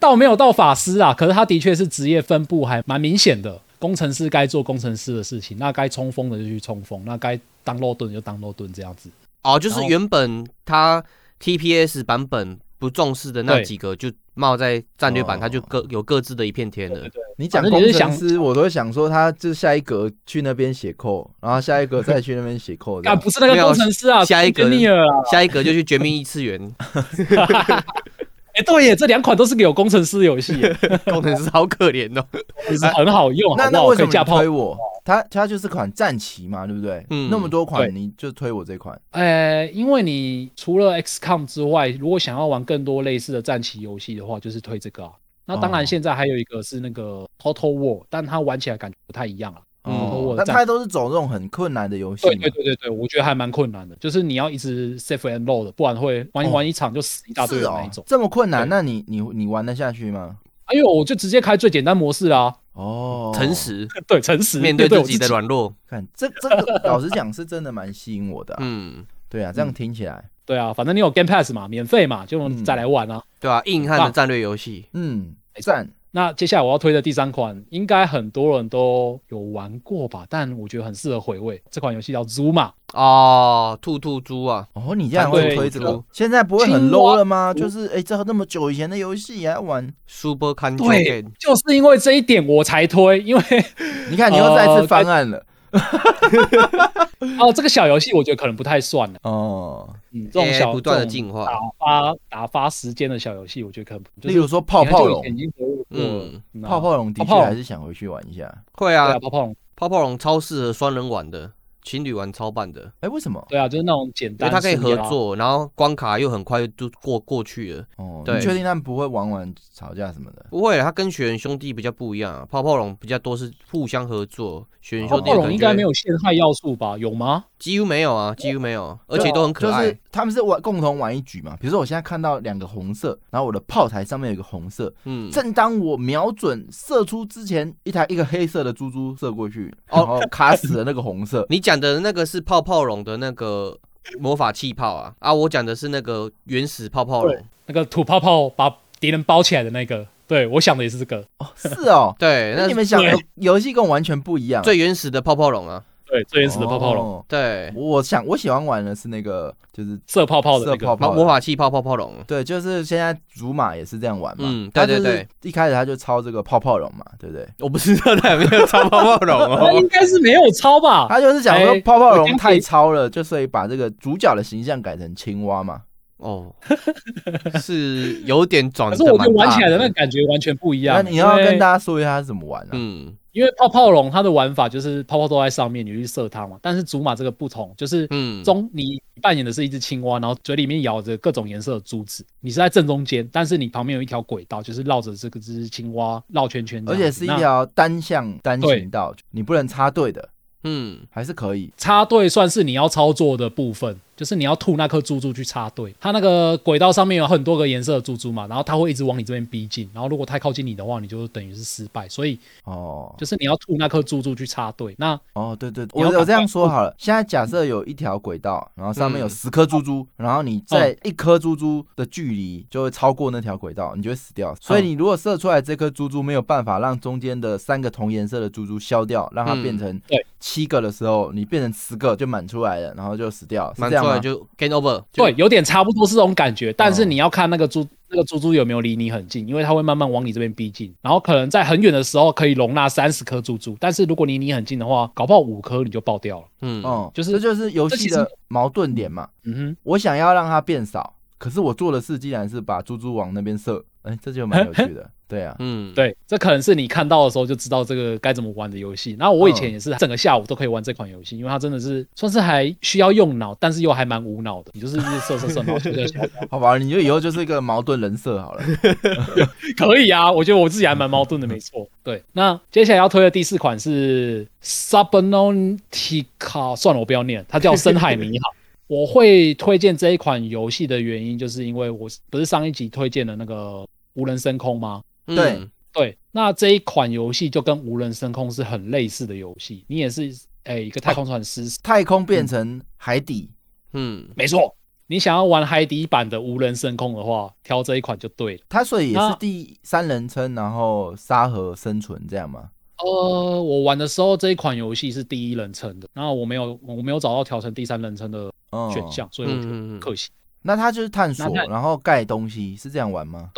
Speaker 2: 倒没有到法师啊，可是他的确是职业分布还蛮明显的。工程师该做工程师的事情，那该冲锋的就去冲锋，那该当肉盾就当肉盾这样子。
Speaker 5: 哦，就是
Speaker 2: 然后
Speaker 5: 原本它 TPS 版本不重视的那
Speaker 2: 对
Speaker 5: 几个，就冒在战略版，它就
Speaker 4: 哦
Speaker 5: 各有各自的一片天了。
Speaker 4: 你讲
Speaker 2: 反
Speaker 4: 工
Speaker 2: 正你是
Speaker 4: 程师，我都会想说他就下一格去那边写扣，然后下一格再去那边写扣，这
Speaker 2: 啊，
Speaker 4: 样
Speaker 2: 不是那个工程师啊，
Speaker 5: 下一个
Speaker 2: 尼尔啊，
Speaker 5: 下一个就去绝命异 次元，
Speaker 2: 哎、对耶，这两款都是有工程师游戏 耶，
Speaker 5: 工程师好可怜哦。
Speaker 2: 就是很好用，
Speaker 4: 那
Speaker 2: 好不
Speaker 4: 那
Speaker 2: 好？
Speaker 4: 为什
Speaker 2: 可以
Speaker 4: 么
Speaker 2: 架
Speaker 4: 你
Speaker 2: 炮
Speaker 4: 推。我？他他就是款战旗嘛，对不对？
Speaker 5: 嗯
Speaker 4: 那么多款
Speaker 2: 对
Speaker 4: 你就推我这款，
Speaker 2: 呃，因为你除了 XCOM 之外，如果想要玩更多类似的战棋游戏的话，就是推这个啊。那当
Speaker 4: 哦
Speaker 2: 然，现在还有一个是那个 Total War，但它玩起来感觉不太一样啊。
Speaker 5: 嗯
Speaker 4: 哦
Speaker 2: 我，
Speaker 4: 那
Speaker 2: 的战
Speaker 4: 他都是走这种很困难的游戏
Speaker 2: 对
Speaker 4: 嘛
Speaker 2: 对，对对对，我觉得还蛮困难的，就是你要一直 safe and load 的，不然会玩一
Speaker 4: 哦
Speaker 2: 玩一场就死一大堆
Speaker 4: 是
Speaker 2: 的那一
Speaker 4: 哦
Speaker 2: 种，。
Speaker 4: 这么困难，
Speaker 2: 对
Speaker 4: 那你你你玩得下去吗？
Speaker 2: 哎呦，我就直接开最简单模式啦，
Speaker 4: 哦，
Speaker 5: 诚实
Speaker 2: 对，诚实
Speaker 5: 面对
Speaker 2: 对
Speaker 5: 自
Speaker 2: 我
Speaker 5: 己的软弱，
Speaker 4: 看这这个，老实讲是真的蛮吸引我的啊、
Speaker 5: 嗯。
Speaker 4: 对啊，这样听起来，
Speaker 2: 对啊，反正你有 Game Pass 嘛，免费嘛，就
Speaker 4: 嗯
Speaker 2: 再来玩啊。
Speaker 5: 对啊，硬汉
Speaker 2: 很
Speaker 5: 的
Speaker 2: 棒
Speaker 5: 战略游戏，
Speaker 4: 嗯，
Speaker 2: 没错
Speaker 4: 赞，
Speaker 2: 那接下来我要推的第三款，应该很多人都有玩过吧，但我觉得很适合回味。这款游戏叫 Zuma，
Speaker 5: 哦，兔兔猪啊，
Speaker 4: 哦，你这样会
Speaker 2: 对
Speaker 4: 推这
Speaker 5: 没
Speaker 4: 个
Speaker 5: 错，
Speaker 4: 现在不会很
Speaker 2: 青
Speaker 4: low
Speaker 2: 蛙
Speaker 4: 了吗？
Speaker 2: 谷
Speaker 4: 就是哎、诶这那么久以前的游戏也要玩，
Speaker 5: Super c a n d
Speaker 2: 对就是因为这一点我才推，因为
Speaker 4: 你看你又再次
Speaker 2: 呃
Speaker 4: 翻案了，
Speaker 2: 哦这个小游戏我觉得可能不太算了，
Speaker 4: 哦，
Speaker 2: 嗯，这种小
Speaker 5: 哎不断的
Speaker 2: 这种
Speaker 5: 进化，
Speaker 2: 打发打发时间的小游戏，我觉得可能就是
Speaker 4: 例如说泡泡龙
Speaker 2: 你看就以前，已经回顾过了
Speaker 5: 嗯，
Speaker 2: 嗯啊
Speaker 4: 泡泡龙的确
Speaker 2: 泡泡龙
Speaker 4: 还是想回去玩一下，
Speaker 5: 会
Speaker 2: 对
Speaker 5: 啊
Speaker 2: 啊，，泡泡龙，
Speaker 5: 泡泡龙超适合双人玩的，情侣玩超棒的，
Speaker 4: 哎、为什么？
Speaker 2: 对啊，就是那种简
Speaker 5: 因为
Speaker 2: 单，
Speaker 5: 它可以合
Speaker 2: 是啊。
Speaker 5: 作，然后关卡又很快就过过去了。
Speaker 4: 哦，
Speaker 5: 对
Speaker 4: 你确定他们不会玩完吵架什么的？
Speaker 5: 不会啊，它跟血缘兄弟比较不一样啊，泡泡龙比较多是互相合作，血缘
Speaker 2: 泡
Speaker 5: 兄
Speaker 2: 泡
Speaker 5: 弟可
Speaker 2: 龙
Speaker 5: 能
Speaker 2: 应该
Speaker 5: 就
Speaker 2: 没
Speaker 5: 会
Speaker 2: 有陷害要素吧？有吗？
Speaker 5: 几乎没有啊，几乎没有，而且都很可
Speaker 4: 就
Speaker 5: 爱
Speaker 4: 是。他们是玩共同玩一局嘛。比如说我现在看到两个红色，然后我的炮台上面有一个红色，
Speaker 5: 嗯，
Speaker 4: 正当我瞄准射出之前，一台一个黑色的猪猪射过去，
Speaker 5: 哦。
Speaker 4: 然后卡死了那个 红色
Speaker 5: 你讲的那个是泡泡龙的那个魔法气泡啊，啊，我讲的是那个原始泡泡龙。
Speaker 2: 那个土泡泡把敌人包起来的那个，对我想的也是这个。
Speaker 4: 哦，是哦，
Speaker 5: 对，
Speaker 4: 那
Speaker 5: 那是
Speaker 4: 你们想
Speaker 2: 对
Speaker 4: 游游戏跟我完全不一样。
Speaker 5: 最原始的泡泡龙啊，
Speaker 2: 对，最原始的泡泡龙，
Speaker 4: 哦
Speaker 5: 对，
Speaker 4: 我想我喜欢玩的是那个就是
Speaker 2: 射泡泡的那
Speaker 4: 射泡
Speaker 2: 个。
Speaker 5: 魔
Speaker 4: 泡
Speaker 5: 魔
Speaker 4: 的。
Speaker 5: 法气泡泡泡 龙，
Speaker 4: 对，就是现在祖玛也是这样玩嘛。
Speaker 5: 嗯
Speaker 4: 他
Speaker 5: 对对
Speaker 4: 就是一开始他就抄这个泡泡龙嘛，对不对？
Speaker 5: 我不知道他有没有超泡泡龙
Speaker 2: 那
Speaker 5: 哦
Speaker 2: 应。该是没有抄吧？
Speaker 4: 他就是想说
Speaker 2: 哎
Speaker 4: 泡泡龙
Speaker 2: 我先
Speaker 4: 太
Speaker 2: 给
Speaker 4: 糙了，就所以把这个主角的形象改成青蛙嘛。
Speaker 5: 哦，是有点 转
Speaker 2: 可
Speaker 5: 的
Speaker 2: 是
Speaker 5: 蛮
Speaker 2: 我觉得玩
Speaker 5: 大
Speaker 2: 起来的那
Speaker 5: 的
Speaker 2: 个感觉完全不一
Speaker 4: 那
Speaker 2: 样。欸
Speaker 4: 你要
Speaker 2: 因为
Speaker 4: 跟大家说一下他是怎么玩啊？
Speaker 5: 嗯
Speaker 2: 因为泡泡龙它的玩法就是泡泡都在上面，你去射它嘛。但是竹马这个不同，就是
Speaker 5: 嗯，
Speaker 2: 中你扮演的是一只青蛙，然后嘴里面咬着各种颜色的珠子，你是在正中间，但是你旁边有一条轨道，就是绕着这个只青蛙绕圈圈这
Speaker 4: 而
Speaker 2: 样子，
Speaker 4: 且是一
Speaker 2: 那
Speaker 4: 条单向单
Speaker 2: 对
Speaker 4: 行道，你不能插队的，
Speaker 5: 嗯
Speaker 4: 还是可以。
Speaker 2: 插队算是你要操作的部分，就是你要吐那颗珠珠去插队。它那个轨道上面有很多个颜色的珠珠嘛，然后它会一直往你这边逼近，然后如果太靠近你的话，你就等于是失败。所以
Speaker 4: 哦
Speaker 2: 就是你要吐那颗珠珠去插队。那
Speaker 4: 哦，对对，
Speaker 2: 你
Speaker 4: 我
Speaker 2: 要
Speaker 4: 我
Speaker 2: 赶
Speaker 4: 这样
Speaker 2: 快
Speaker 4: 说好了。现在假设有一条轨道，然后上面有
Speaker 5: 嗯
Speaker 4: 十颗珠珠，然后你在一颗珠珠的距离就会超过那条轨道，你就会死掉。所以你如果射出来这颗珠珠没有办法让中间的三个同颜色的珠珠消掉，让它
Speaker 5: 嗯
Speaker 4: 变成
Speaker 2: 对
Speaker 4: 七个的时候，你变成十个就满出来了，然后就死掉，是
Speaker 5: 满
Speaker 4: 这
Speaker 5: 出
Speaker 4: 样吗
Speaker 5: 来？就 game over，就
Speaker 2: 对，，有点差不多是这种感觉，但是你要看那个珠。那个珠珠有没有离你很近？因为它会慢慢往你这边逼近，然后可能在很远的时候可以容纳三十颗珠珠，但是如果离你很近的话，搞不好五颗你就爆掉了。
Speaker 5: 嗯
Speaker 4: 哦，
Speaker 2: 就是
Speaker 4: 这就是游
Speaker 2: 这
Speaker 4: 戏
Speaker 2: 其实
Speaker 4: 的矛盾点嘛。
Speaker 2: 嗯哼，
Speaker 4: 我想要让它变少，可是我做的事竟然是把猪猪往那边射，哎、这就蛮有趣的。对啊，
Speaker 5: 嗯，，
Speaker 2: 对，这可能是你看到的时候就知道这个该怎么玩的游戏。然后我以前也是整个下午都可以玩这款游戏，因为它真的是算是还需要用脑，但是又还蛮无脑的。你就是射射 射，然后就在想
Speaker 4: 好吧，你就以后就是一个矛盾人设好了。
Speaker 2: 可以啊，我觉得我自己还蛮矛盾的，没错。对，那接下来要推的第四款是 Subnautica，算了，我不要念，它叫深海迷航。 我会推荐这一款游戏的原因，就是因为我不是上一集推荐的那个无人深空吗？
Speaker 5: 嗯
Speaker 4: 对，
Speaker 2: 对，那这一款游戏就跟无人深空是很类似的游戏，你也是诶、一个太空船失事，
Speaker 4: 太空变成海底，
Speaker 5: 嗯，
Speaker 2: 没错。你想要玩海底版的无人深空的话，挑这一款就对了。
Speaker 4: 它所以也
Speaker 2: 那
Speaker 4: 是第三人称，然后沙河生存这样吗？
Speaker 2: 呃，我玩的时候这一款游戏是第一人称的，然后我没有我没有找到调成第三人称的
Speaker 4: 哦，
Speaker 2: 选项，所以我觉得
Speaker 5: 嗯
Speaker 2: 可惜。
Speaker 4: 那它就是探索，
Speaker 2: 那它
Speaker 4: 然后盖东西，是这样玩吗？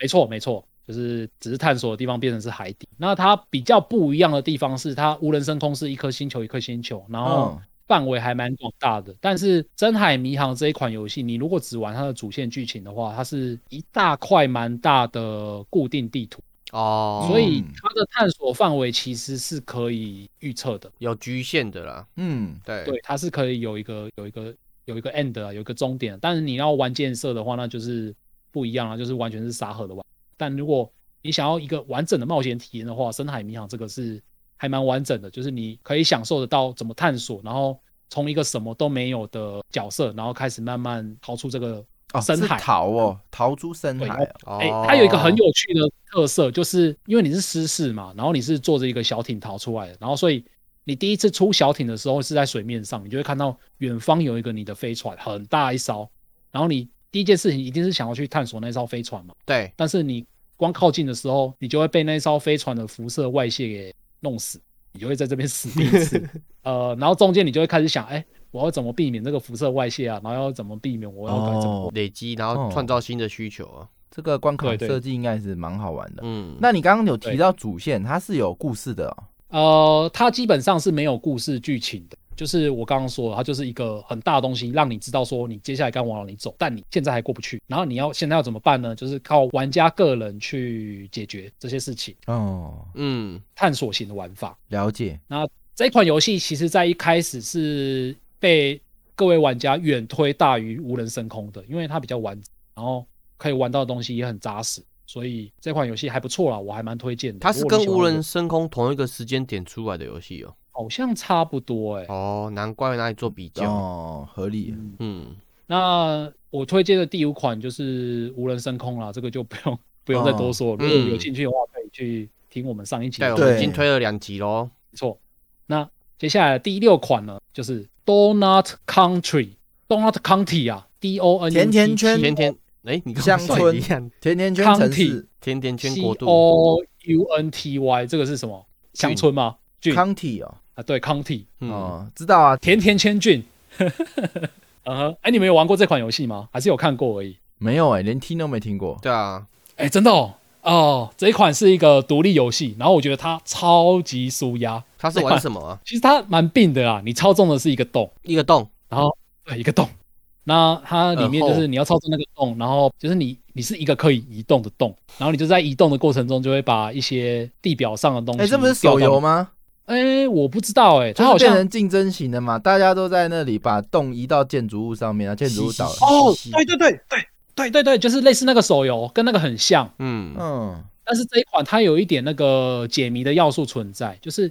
Speaker 2: 没错，没错，就是只是探索的地方变成是海底。那它比较不一样的地方是，它无人深空是一颗星球一颗星球，然后
Speaker 4: 嗯
Speaker 2: 范围还蛮广大的。但是《真海迷航》这一款游戏，你如果只玩它的主线剧情的话，它是一大块蛮大的固定地图，
Speaker 5: 哦，
Speaker 2: 所以
Speaker 4: 嗯
Speaker 2: 它的探索范围其实是可以预测的。
Speaker 5: 有局限的啦，
Speaker 4: 嗯，
Speaker 5: 对，
Speaker 2: 对，它是可以有一个有一个有一个 end 啊，有一个终点。但是你要玩建设的话，那就是不一样了，就是完全是沙盒的玩。但如果你想要一个完整的冒险体验的话，《深海迷航》这个是还蛮完整的，就是你可以享受得到怎么探索，然后从一个什么都没有的角色，然后开始慢慢逃出这个
Speaker 4: 哦，
Speaker 2: 深
Speaker 4: 是
Speaker 2: 海。
Speaker 4: 逃哦，逃出深
Speaker 2: 对
Speaker 4: 海哦、
Speaker 5: 哦
Speaker 2: 哎、它有一个很有趣的特色，就是因为你是失事嘛，然后你是坐着一个小艇逃出来的，然后所以你第一次出小艇的时候是在水面上，你就会看到远方有一个你的飞船，很大一艘，然后你第一件事情一定是想要去探索那艘飞船嘛，
Speaker 5: 哦对，
Speaker 2: 但是你光靠近的时候，你就会被那艘飞船的辐射外泄给弄死，你就会在这边死一次。呃，然后中间你就会开始想，哎、我要怎么避免这个辐射外泄啊？然后要怎么避免？我要该怎么？
Speaker 4: 哦，
Speaker 5: 累积，然后
Speaker 4: 哦
Speaker 5: 创造新的需求啊，
Speaker 4: 这个关卡
Speaker 2: 对对
Speaker 4: 设计应该是蛮好玩的。
Speaker 5: 嗯，
Speaker 4: 那你刚刚有
Speaker 2: 对
Speaker 4: 提到主线，它是有故事的哦。
Speaker 2: 呃，它基本上是没有故事剧情的，就是我刚刚说的，它就是一个很大的东西，让你知道说你接下来该往哪里走，但你现在还过不去，然后你要现在要怎么办呢？就是靠玩家个人去解决这些事情，
Speaker 4: 哦，
Speaker 5: 嗯，
Speaker 2: 探索型的玩法。
Speaker 4: 了解。
Speaker 2: 那这款游戏其实在一开始是被各位玩家远推大于无人深空的，因为它比较完整，然后可以玩到的东西也很扎实，所以这款游戏还不错啦，我还蛮推荐的。
Speaker 5: 它是
Speaker 2: 如果
Speaker 5: 跟
Speaker 2: 你喜欢
Speaker 5: 无
Speaker 2: 我
Speaker 5: 人深空同一个时间点出来的游戏哦，
Speaker 2: 好像差不多哎、
Speaker 5: 哦，难怪那里做比较，
Speaker 4: 哦，合理。
Speaker 5: 嗯，
Speaker 2: 那我推荐的第五款就是无人深空啦，这个就不用不用再
Speaker 4: 哦
Speaker 2: 多说了。如果有兴趣的话，可以去听我们上一集。
Speaker 5: 对，
Speaker 4: 嗯
Speaker 5: 我
Speaker 4: 对哦
Speaker 5: 们已经推了两集喽，
Speaker 2: 没错。那接下来第六款呢，就是 Donut Country，Donut County 啊，D O N U T
Speaker 4: 甜甜圈
Speaker 5: 天天，哎，你跟
Speaker 4: 乡
Speaker 5: 我
Speaker 4: 村
Speaker 5: 一样，
Speaker 4: 甜甜圈
Speaker 2: 康
Speaker 4: 城
Speaker 2: 体
Speaker 4: 市
Speaker 5: 天天圈
Speaker 2: C
Speaker 5: 国度，
Speaker 2: O U N T Y，这个是什么？乡村吗？郡啊，
Speaker 4: ，county 哦，
Speaker 2: 对，County，
Speaker 5: 嗯，
Speaker 4: 哦，知道啊，
Speaker 2: 甜甜圈郡。 嗯哼，哎，你们有玩过这款游戏吗？还是有看过而已？
Speaker 4: 没有哎、连听都没听过。
Speaker 5: 对啊，
Speaker 2: 哎、真的哦，哦，这一款是一个独立游戏，然后我觉得它超级舒压。
Speaker 5: 它是玩什么啊？
Speaker 2: 其实它蛮病的啦，你操纵的是一个洞，
Speaker 5: 一个洞，
Speaker 2: 对，一个洞。那它里面就
Speaker 5: 耳后
Speaker 2: 是你要操纵那个洞，然后就是你你是一个可以移动的洞，然后你就在移动的过程中就会把一些地表上的东西。
Speaker 4: 哎、这不是手游？吗？
Speaker 2: 哎、我不知道哎、它
Speaker 4: 就
Speaker 2: 好
Speaker 4: 是变
Speaker 2: 像
Speaker 4: 成竞争型的嘛，大家都在那里把洞移到建筑物上面，然后建筑物倒了。
Speaker 2: 哦
Speaker 5: 嘻，嘻
Speaker 2: 对对对对对对对，就是类似那个手游，跟那个很像。
Speaker 5: 嗯，
Speaker 4: 嗯，
Speaker 2: 但是这一款它有一点那个解谜的要素存在，就是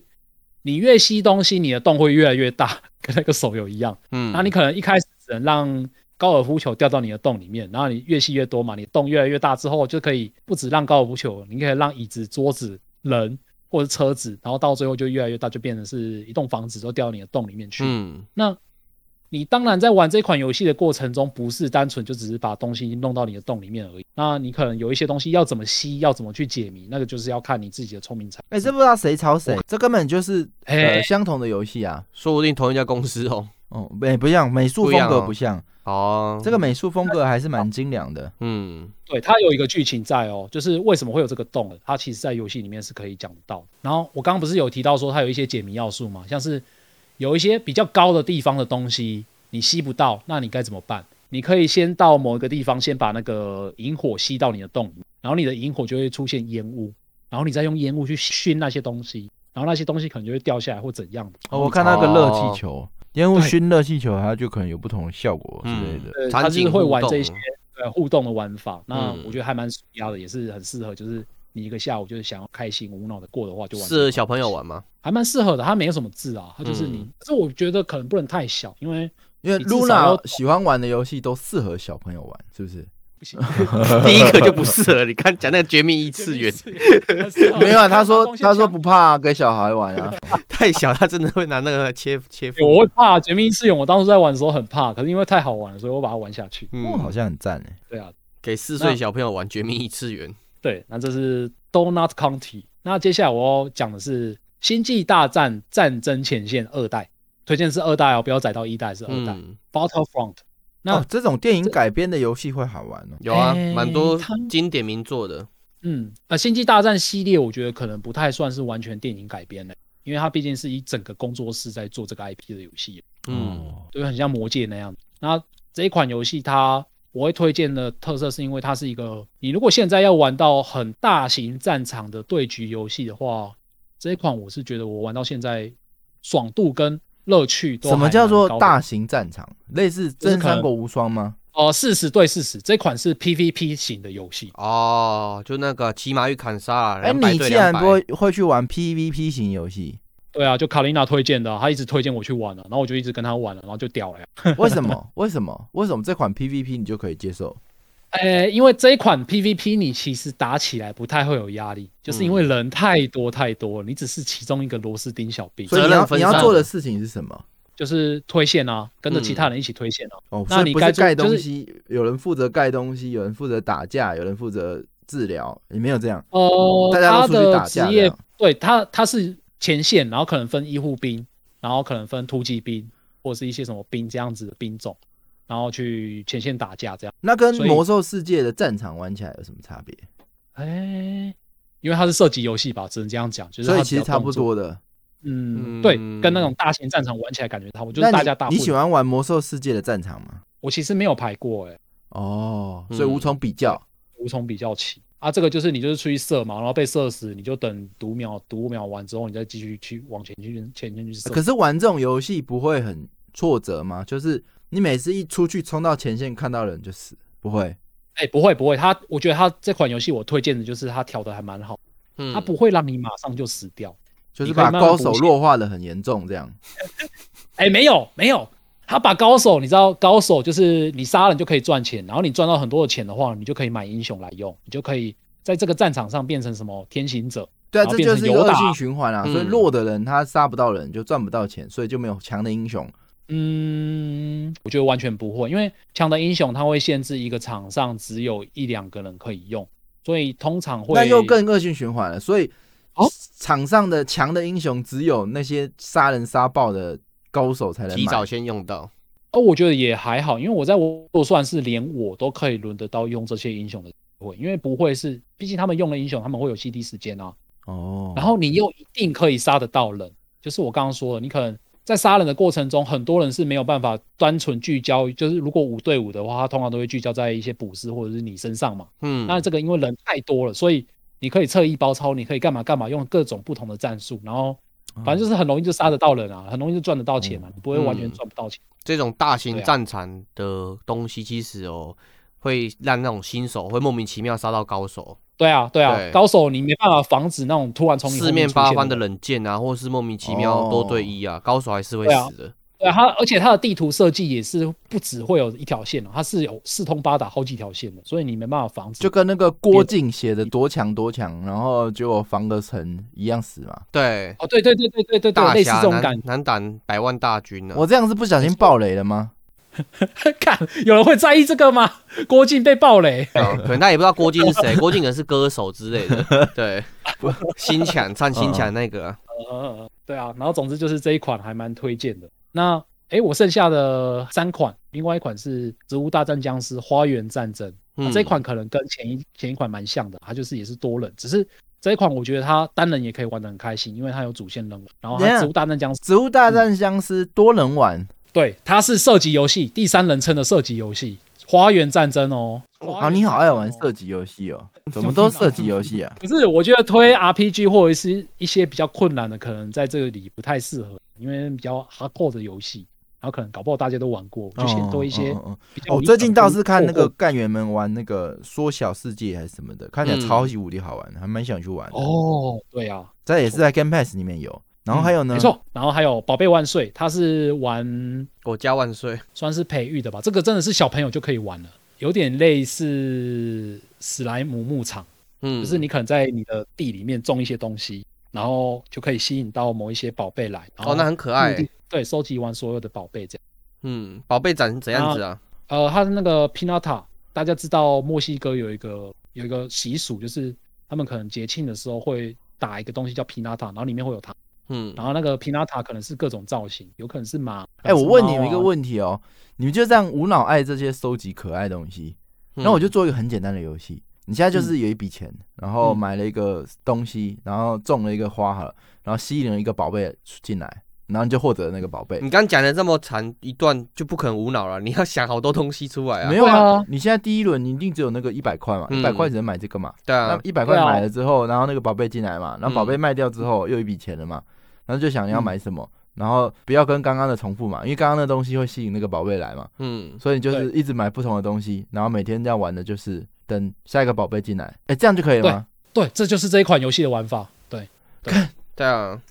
Speaker 2: 你越吸东西，你的洞会越来越大，跟那个手游一样。
Speaker 5: 嗯，
Speaker 2: 那你可能一开始只能让高尔夫球掉到你的洞里面，然后你越吸越多嘛，你洞越来越大之后，就可以不止让高尔夫球，你可以让椅子、桌子、人或者车子，然后到最后就越来越大，就变成是一栋房子都掉到你的洞里面去。
Speaker 5: 嗯，
Speaker 2: 那你当然在玩这款游戏的过程中，不是单纯就只是把东西弄到你的洞里面而已。那你可能有一些东西要怎么吸，要怎么去解谜，那个就是要看你自己的聪明才。
Speaker 4: 哎、这不知道谁抄谁，这根本就是、
Speaker 2: 哎
Speaker 4: 呃相同的游戏啊。
Speaker 5: 说不定同一家公司哦，
Speaker 4: 哦，不、不像美术
Speaker 5: 不一样
Speaker 4: 风
Speaker 5: 哦
Speaker 4: 格不像，
Speaker 5: 哦，
Speaker 4: 这个，美术风格还是蛮精良的。
Speaker 5: 嗯，
Speaker 2: 对，它有一个剧情在哦，就是为什么会有这个洞，它其实在游戏里面是可以讲得到的。然后我刚刚不是有提到说它有一些解谜要素嘛，像是有一些比较高的地方的东西你吸不到，那你该怎么办？你可以先到某一个地方，先把那个萤火吸到你的洞里面，然后你的萤火就会出现烟雾，然后你再用烟雾去熏那些东西，然后那些东西可能就会掉下来或怎样的。
Speaker 4: 哦我看那个热气球，烟雾熏热气球，它就可能有不同的效果之类的。
Speaker 2: 对，
Speaker 5: 场
Speaker 2: 它就是
Speaker 5: 景
Speaker 2: 会
Speaker 5: 互
Speaker 2: 玩这
Speaker 5: 动啊
Speaker 2: 些呃互动的玩法。那
Speaker 5: 嗯
Speaker 2: 我觉得还蛮舒压的，也是很适合，就是你一个下午就是想要开心无脑的过的话，就玩这
Speaker 5: 适合
Speaker 2: 个
Speaker 5: 小朋友
Speaker 2: 东西，
Speaker 5: 玩吗？
Speaker 2: 还蛮适合的。它没有什么字啊，它就是你
Speaker 5: 嗯，
Speaker 2: 可是我觉得可能不能太小，因为
Speaker 4: 因为
Speaker 2: 你至少要
Speaker 4: Luna 喜欢玩的游戏都适合小朋友玩，是不是？
Speaker 2: 不行。
Speaker 5: 第一个就 不适合。你看讲那个《绝命异次元》
Speaker 4: 没有啊，他说他说不怕、啊、给小孩玩啊。
Speaker 5: 太小，他真的会拿那个来切切腹
Speaker 2: 欸。我会怕《绝命异次元》，我当初在玩的时候很怕，可是因为太好玩了，所以我把它玩下去。
Speaker 4: 哇，好
Speaker 5: 嗯，
Speaker 4: 像很赞哎。
Speaker 2: 对啊，
Speaker 5: 给四岁小朋友玩《绝命异次元》。
Speaker 2: 对，那这是 Donut County。那接下来我要讲的是《星际大战：战争前线》二代，推荐是二代哦，不要载到一代是二代。
Speaker 5: 嗯，
Speaker 2: Battlefront 那
Speaker 4: 哦，这种电影改编的游戏会好玩哦。
Speaker 5: 有啊，
Speaker 2: 哎
Speaker 5: 蛮多
Speaker 2: 他
Speaker 5: 经典名作的。
Speaker 2: 嗯，呃，《星际大战》系列我觉得可能不太算是完全电影改编的，因为它毕竟是以整个工作室在做这个 IP 的游戏，
Speaker 5: 嗯，
Speaker 4: 哦，
Speaker 2: 对，很像《魔戒》那样。那这一款游戏它我会推荐的特色是因为它是一个，你如果现在要玩到很大型战场的对局游戏的话，这一款我是觉得我玩到现在爽度跟乐趣都
Speaker 4: 什么
Speaker 2: 还
Speaker 4: 叫做
Speaker 2: 蛮高的
Speaker 4: 大型战场？类似《真
Speaker 2: 可能
Speaker 4: 三国无双》吗？
Speaker 2: 哦，四十对四十，这款是 PVP 型的游戏。
Speaker 5: 哦，就那个骑马与砍杀，
Speaker 4: 哎，
Speaker 5: 两百
Speaker 4: 你
Speaker 5: 对
Speaker 4: 既然
Speaker 5: 两百
Speaker 4: 不。会会去玩 PVP 型游 戏，
Speaker 2: 对啊，就卡琳娜推荐的啊，她一直推荐我去玩了、然后我就一直跟她玩了、然后就屌了呀。
Speaker 4: 为什么？为什么？为什么这款 PVP 你就可以接受？
Speaker 2: 呃，因为这一款 PVP 你其实打起来不太会有压力，就是
Speaker 4: 嗯
Speaker 2: 因为人太多太多了，你只是其中一个螺丝钉小兵，
Speaker 4: 所以你
Speaker 5: 责
Speaker 4: 要
Speaker 5: 任分
Speaker 4: 你要
Speaker 5: 散
Speaker 4: 做的事情是什么？
Speaker 2: 就是推线啊，跟着其
Speaker 4: 嗯
Speaker 2: 他人一起推线啊。
Speaker 4: 哦，
Speaker 2: 那
Speaker 4: 所
Speaker 2: 你
Speaker 4: 以不
Speaker 2: 该
Speaker 4: 是
Speaker 2: 做
Speaker 4: 盖
Speaker 2: 就是
Speaker 4: 东西，有人负责盖东西，有人负责打架，有人负责治疗，也没有这样。
Speaker 2: 呃，
Speaker 4: 嗯大家
Speaker 2: 他
Speaker 4: 都出去打
Speaker 2: 的职
Speaker 4: 架这
Speaker 2: 业
Speaker 4: 样
Speaker 2: 对他他是前线，然后可能分医护兵，然后可能分突击兵，或者是一些什么兵这样子的兵种，然后去前线打架这样。
Speaker 4: 那跟
Speaker 2: 所以
Speaker 4: 魔兽世界的战场玩起来有什么差别？
Speaker 2: 哎、因为它是射击游戏吧，只能这样讲，就是
Speaker 4: 所以
Speaker 2: 它
Speaker 4: 其
Speaker 2: 比
Speaker 4: 实
Speaker 2: 较
Speaker 4: 差不
Speaker 2: 动作。
Speaker 4: 多的。
Speaker 2: 嗯，
Speaker 5: 嗯
Speaker 2: 对，跟那种大型战场玩起来感觉差不多，就
Speaker 4: 那
Speaker 2: 是
Speaker 4: 你
Speaker 2: 大家打
Speaker 4: 你
Speaker 2: 混。
Speaker 4: 喜欢玩魔兽世界的战场吗？
Speaker 2: 我其实没有排过、欸，哎，
Speaker 4: 哦，
Speaker 5: 嗯
Speaker 4: 所以无从比较。
Speaker 2: 无从比较起啊。这个就是你就是出去射嘛，然后被射死，你就等读秒读秒完之后，你再继续去往前去前进去射。
Speaker 4: 可是玩这种游戏不会很挫折吗？就是你每次一出去冲到前线看到人就死，不会？
Speaker 2: 哎、不会不会，它我觉得它这款游戏我推荐的就是它调的还蛮好，
Speaker 5: 嗯
Speaker 2: 它不会让你马上就死掉。
Speaker 4: 就是
Speaker 2: 你可以
Speaker 4: 把
Speaker 2: 慢慢
Speaker 4: 高手
Speaker 2: 补血
Speaker 4: 弱化的很严重这样。
Speaker 2: 哎、没有没有，他把高手，你知道高手就是你杀人就可以赚钱，然后你赚到很多的钱的话，你就可以买英雄来用，你就可以在这个战场上变成什么天行者。
Speaker 4: 对啊，
Speaker 2: 然后
Speaker 4: 这
Speaker 2: 变
Speaker 4: 就
Speaker 2: 成
Speaker 4: 是一个
Speaker 2: 游
Speaker 4: 恶
Speaker 2: 打
Speaker 4: 性循环啊。所以
Speaker 5: 嗯
Speaker 4: 弱的人他杀不到人，就赚不到钱，所以就没有强的英雄。
Speaker 2: 嗯，我觉得完全不会，因为强的英雄他会限制一个场上只有一两个人可以用，所以通常会
Speaker 4: 那又更恶性循环了。所以
Speaker 2: 哦，
Speaker 4: 场上的强的英雄只有那些杀人杀爆的高手才能
Speaker 5: 提
Speaker 4: 买
Speaker 5: 早先用到。
Speaker 2: 哦，我觉得也还好，因为我在我就算是连我都可以轮得到用这些英雄的机会，因为不会是，毕竟他们用了英雄，他们会有 CD 时间啊，
Speaker 4: 哦。
Speaker 2: 然后你又一定可以杀得到人，就是我刚刚说的，你可能在杀人的过程中，很多人是没有办法单纯聚焦，就是如果五对五的话，他通常都会聚焦在一些捕尸或者是你身上嘛。
Speaker 5: 嗯，
Speaker 2: 那这个因为人太多了，所以你可以侧翼包抄，你可以干嘛干嘛，用各种不同的战术，然后
Speaker 4: 哦
Speaker 2: 反正就是很容易就杀得到人啊，很容易就赚得到钱嘛，你不会完全
Speaker 5: 嗯嗯
Speaker 2: 赚不到钱。
Speaker 5: 这种大
Speaker 2: 对
Speaker 5: 型
Speaker 2: 啊
Speaker 5: 战场的东西，其实哦，会让那种新手会莫名其妙杀到高手，
Speaker 2: 对啊，对啊，
Speaker 5: 对
Speaker 2: 高手你没办法防止那种突然从你后
Speaker 5: 四面
Speaker 2: 出
Speaker 5: 八
Speaker 2: 现
Speaker 5: 方的
Speaker 2: 人。
Speaker 5: 冷箭啊，或是莫名其妙多对一啊，高手还是会
Speaker 2: 对啊
Speaker 5: 死的。
Speaker 2: 对啊，它而且它的地图设计也是不只会有一条线哦，它是有四通八达好几条线的，所以你没办法防止。
Speaker 4: 就跟那个郭靖写的多强多强，然后结果防个城一样死嘛。
Speaker 5: 对，
Speaker 2: 哦，对对对对对对对，
Speaker 5: 大
Speaker 2: 类似
Speaker 5: 侠
Speaker 2: 这种感
Speaker 5: 难难挡百万大军啊呢、
Speaker 4: 我这样是不小心爆雷了吗？
Speaker 2: 觉。看，有人会在意这个吗？郭靖被暴雷，
Speaker 5: 对啊可能他也不知道郭靖是谁，郭靖可能是歌手之类 的。对，新抢唱新抢那个啊、
Speaker 2: 呃，对啊，然后总之就是这一款还蛮推荐的。那诶，我剩下的三款，另外一款是《植物大战僵尸：花园战争》那
Speaker 5: 嗯
Speaker 2: 啊这一款可能跟前一前一款蛮像的，它就是也是多人，只是这一款我觉得它单人也可以玩得很开心，因为它有主线任务。然后它
Speaker 4: 等一
Speaker 2: 《
Speaker 4: 下
Speaker 2: 植物大战僵尸》
Speaker 4: 《植物大战僵尸》多人玩，
Speaker 2: 对，它是射击游戏，第三人称的射击游戏。花园战争哦。
Speaker 4: 啊，你好爱玩射击游戏哦，
Speaker 2: 嗯
Speaker 4: 怎么都射击游戏啊？
Speaker 2: 可是我觉得推 RPG 或者是一些比较困难的，可能在这里不太适合，因为比较 hardcore 的游戏，然后可能搞不好大家都玩过， 就先推一些
Speaker 4: 嗯嗯嗯嗯
Speaker 2: 比较有
Speaker 4: 哦，
Speaker 2: 一
Speaker 4: 最近
Speaker 2: 种
Speaker 4: 倒是看那
Speaker 2: 突破
Speaker 4: 个干员们玩那个缩小世界还是什么的，看起来
Speaker 5: 嗯
Speaker 4: 超级无敌好玩，还蛮想去玩的。
Speaker 2: 哦，对啊，
Speaker 4: 这也是在 Game Pass 里面有。然后还有
Speaker 2: 嗯
Speaker 4: 呢，
Speaker 2: 没错。然后还有《宝贝万岁》，它是玩
Speaker 5: 国家万岁！
Speaker 2: 算是培育的吧，这个真的是小朋友就可以玩了，有点类似史莱姆牧场，
Speaker 5: 嗯，
Speaker 2: 就是你可能在你的地里面种一些东西，然后就可以吸引到某一些宝贝来。然后
Speaker 5: 哦，那很可爱
Speaker 2: 目
Speaker 5: 欸
Speaker 2: 的。对，收集完所有的宝贝这样。
Speaker 5: 嗯，宝贝展是怎样子啊？
Speaker 2: 呃，它的那个 Pinata，大家知道墨西哥有一个有一个习俗，就是他们可能节庆的时候会打一个东西叫 Pinata，然后里面会有糖，
Speaker 5: 嗯，
Speaker 2: 然后那个 Pinata 可能是各种造型，有可能是马。
Speaker 4: 哎，我问你们
Speaker 2: 可能是猫
Speaker 4: 一个
Speaker 2: 啊，
Speaker 4: 问题哦，你们就这样无脑爱这些收集可爱东西，
Speaker 5: 嗯
Speaker 4: 然后我就做一个很简单的游戏。你现在就是有一笔钱，然
Speaker 5: 嗯
Speaker 4: 后买了一个东西，然后种了一个花好了，然后吸引了一个宝贝进来，然后你就获得了那个宝贝。
Speaker 5: 你刚讲的这么长一段，就不可能无脑了，你要想好多东西出来啊。
Speaker 4: 没有
Speaker 2: 对
Speaker 4: 啊
Speaker 2: 啊，
Speaker 4: 你现在第一轮你一定只有那个一百块嘛，一
Speaker 5: 嗯
Speaker 4: 百块只能买这个嘛。
Speaker 5: 对
Speaker 4: 那
Speaker 5: 啊，嗯
Speaker 4: 一百块
Speaker 2: 对啊
Speaker 4: 买了之后，然后那个宝贝进来嘛，然后宝贝卖掉之后又一笔钱了嘛，然后就想你要买什么，然后不要跟刚刚的重复嘛，因为刚刚那东西会吸引那个宝贝来嘛，
Speaker 5: 嗯，
Speaker 4: 所以你就是一直买不同的东西，然后每天要玩的就是等下一个宝贝进来，哎，这样就可以了吗？
Speaker 2: 对，这就是这一款游戏的玩法。对，
Speaker 5: 对 啊，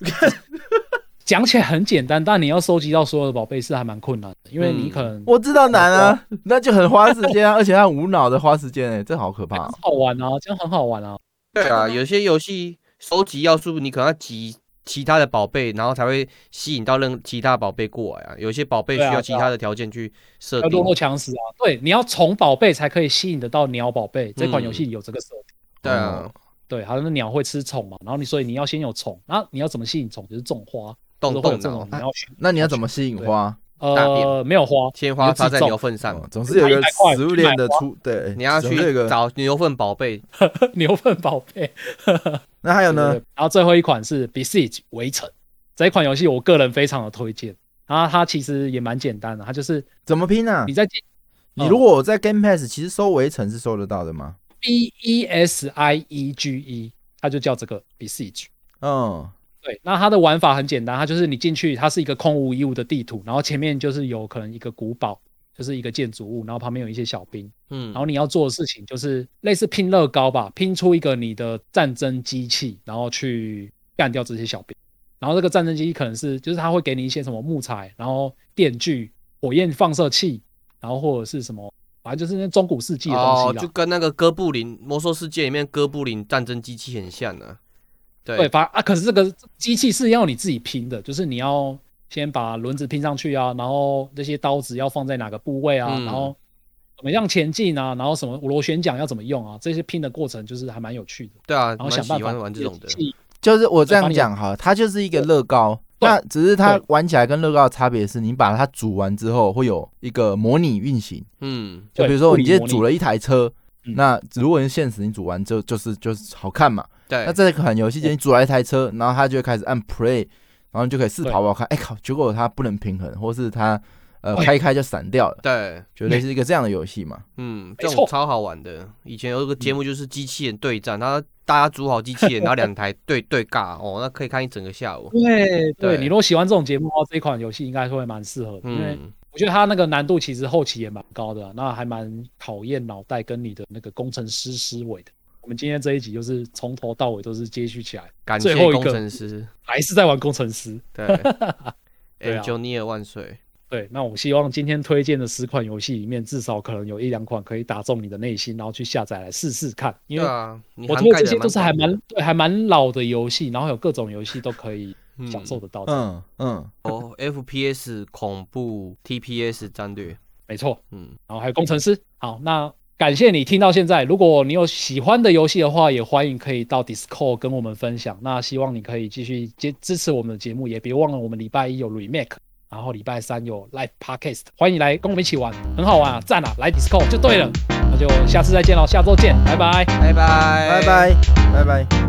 Speaker 2: 讲起来很简单，但你要收集到所有的宝贝是还蛮困难的，因为你可能
Speaker 4: 我知道 难啊，那就很花时间啊， 而且它很无脑的花时间哎、这好可怕哦、
Speaker 2: 很好玩啊，这样很好玩啊。
Speaker 5: 对啊，有些游戏收集要素，你可能要集其他的宝贝，然后才会吸引到任其他宝贝过来啊。有些宝贝需
Speaker 2: 对啊
Speaker 5: 要
Speaker 2: 对
Speaker 5: 其
Speaker 2: 啊
Speaker 5: 他的条件去设
Speaker 2: 要
Speaker 5: 定
Speaker 2: 弱。肉强食啊，对，你要宠宝贝才可以吸引得到鸟宝贝。这
Speaker 4: 嗯
Speaker 2: 款游戏有这个设定，
Speaker 5: 对啊，
Speaker 2: 对，好像是鸟会吃虫嘛，然后你所以你要先有虫，然后你要怎么吸引虫，就是种花，
Speaker 5: 动
Speaker 2: 就是会有
Speaker 5: 动
Speaker 2: 这种
Speaker 5: 脑，啊
Speaker 2: 你要选
Speaker 4: 那你要怎么吸引花？
Speaker 5: 大便
Speaker 2: 呃没有花，
Speaker 5: 鲜花插在
Speaker 2: 你就自
Speaker 5: 牛粪上
Speaker 4: 哦，总是有一个
Speaker 2: 买一百块
Speaker 4: 食物链的出，对，
Speaker 5: 你要
Speaker 4: 总
Speaker 5: 去
Speaker 4: 是有一个。
Speaker 5: 找牛粪宝贝。
Speaker 2: 种 牛粪宝 贝。
Speaker 4: 那还有
Speaker 2: 对
Speaker 4: 呢
Speaker 2: 对？对然后最后一款是 Besiege 围城这一款游戏，我个人非常的推荐。然后它其实也蛮简单的，它就是
Speaker 4: 怎么拼啊
Speaker 2: 你？在进
Speaker 4: 你如果在 Game Pass，其实收围城是收得到的吗？
Speaker 2: B E S I E G E，它就叫这个 Besiege。
Speaker 4: 嗯，
Speaker 2: 对，那它的玩法很简单，它就是你进去，它是一个空无一物的地图，然后前面就是有可能一个古堡，就是一个建筑物，然后旁边有一些小兵，
Speaker 5: 嗯
Speaker 2: 然，后你要做的事情就是类似拼乐高吧，拼出一个你的战争机器，然后去干掉这些小兵。然后这个战争机器可能是就是它会给你一些什么木材，然后电锯、火焰放射器，然后或者是什么，反正就是那中古世纪的东西
Speaker 5: 哦，
Speaker 2: 啦。
Speaker 5: 就跟那个哥布林魔兽世界里面哥布林战争机器很像呢、啊。
Speaker 2: 对，
Speaker 5: 对，
Speaker 2: 反啊，可是这个机器是要你自己拼的，就是你要先把轮子拼上去啊，然后这些刀子要放在哪个部位啊，
Speaker 5: 嗯
Speaker 2: 然后怎么样前进啊，然后什么螺旋桨要怎么用啊，这些拼的过程就是还蛮有趣的，
Speaker 5: 对啊，
Speaker 2: 然后
Speaker 5: 蛮
Speaker 2: 想
Speaker 5: 喜
Speaker 2: 办法
Speaker 5: 欢玩这种的
Speaker 2: 机。器
Speaker 4: 就是我这样讲哈，它就是一个乐高，
Speaker 2: 对
Speaker 4: 那只是它
Speaker 2: 对
Speaker 4: 玩起来跟乐高的差别是，你把它煮完之后会有一个模拟运行。
Speaker 5: 嗯，
Speaker 4: 就
Speaker 2: 对
Speaker 4: 比如说
Speaker 2: 物
Speaker 4: 你
Speaker 2: 理
Speaker 4: 今天
Speaker 2: 模拟
Speaker 4: 煮了一台车，
Speaker 2: 嗯
Speaker 4: 那如果是现实，你煮完之后就是就是好看嘛。
Speaker 5: 对。
Speaker 4: 那这款游戏就是你煮了一台车，然后它就会开始按 play，然后你就可以试
Speaker 2: 对
Speaker 4: 跑跑看，哎靠，结果它不能平衡，或是它呃
Speaker 2: 对
Speaker 4: 开一开就散掉了，
Speaker 5: 对，
Speaker 4: 绝对是一个这样的游戏嘛。
Speaker 5: 嗯，
Speaker 2: 没
Speaker 5: 这
Speaker 2: 错嗯
Speaker 5: 种超好玩的。以前有一个节目就是机器人对战，他大家组好机器 人，然后两台对对尬，哦，那可以看一整个下午。
Speaker 2: 对，
Speaker 5: 对
Speaker 2: 对你如果喜欢这种节目的话，这一款游戏应该会蛮适合的，因为
Speaker 5: 嗯，
Speaker 2: 我觉得它那个难度其实后期也蛮高的啊、那还蛮考验脑袋跟你的那个工程师思维的。我们今天这一集就是从头到尾都是接续起来，
Speaker 5: 感谢
Speaker 2: 最后一
Speaker 5: 工
Speaker 2: 个
Speaker 5: 程师，
Speaker 2: 还是在玩工程师。
Speaker 5: 对
Speaker 2: 对啊
Speaker 5: ，Engineer 万岁。
Speaker 2: 对，那我希望今天推荐的十款游戏里面，至少可能有一两款可以打中你的内心，然后去下载来试试看。因
Speaker 5: 对
Speaker 2: 为
Speaker 5: 啊，你
Speaker 2: 我
Speaker 5: 涵
Speaker 2: 觉得
Speaker 5: 盖
Speaker 2: 这
Speaker 5: 得
Speaker 2: 些都是还
Speaker 5: 广
Speaker 2: 蛮
Speaker 5: 的
Speaker 2: 对，还蛮老的游戏，然后有各种游戏都可以享受得到。嗯，
Speaker 4: 嗯嗯，
Speaker 5: 哦，FPS 恐怖 TPS 战略，
Speaker 2: 没错。
Speaker 5: 嗯，
Speaker 2: 然后还有工程师。好，那感谢你听到现在。如果你有喜欢的游戏的话，也欢迎可以到 Discord 跟我们分享。那希望你可以继续接支持我们的节目，也别忘了我们礼拜一有 Remake，然后礼拜三有 Live Podcast，欢迎来跟我们一起玩，很好玩啊，赞啊，来 Discord 就对了。那就下次再见喽，下周见，拜拜。
Speaker 5: 拜拜，
Speaker 4: 拜。拜拜拜。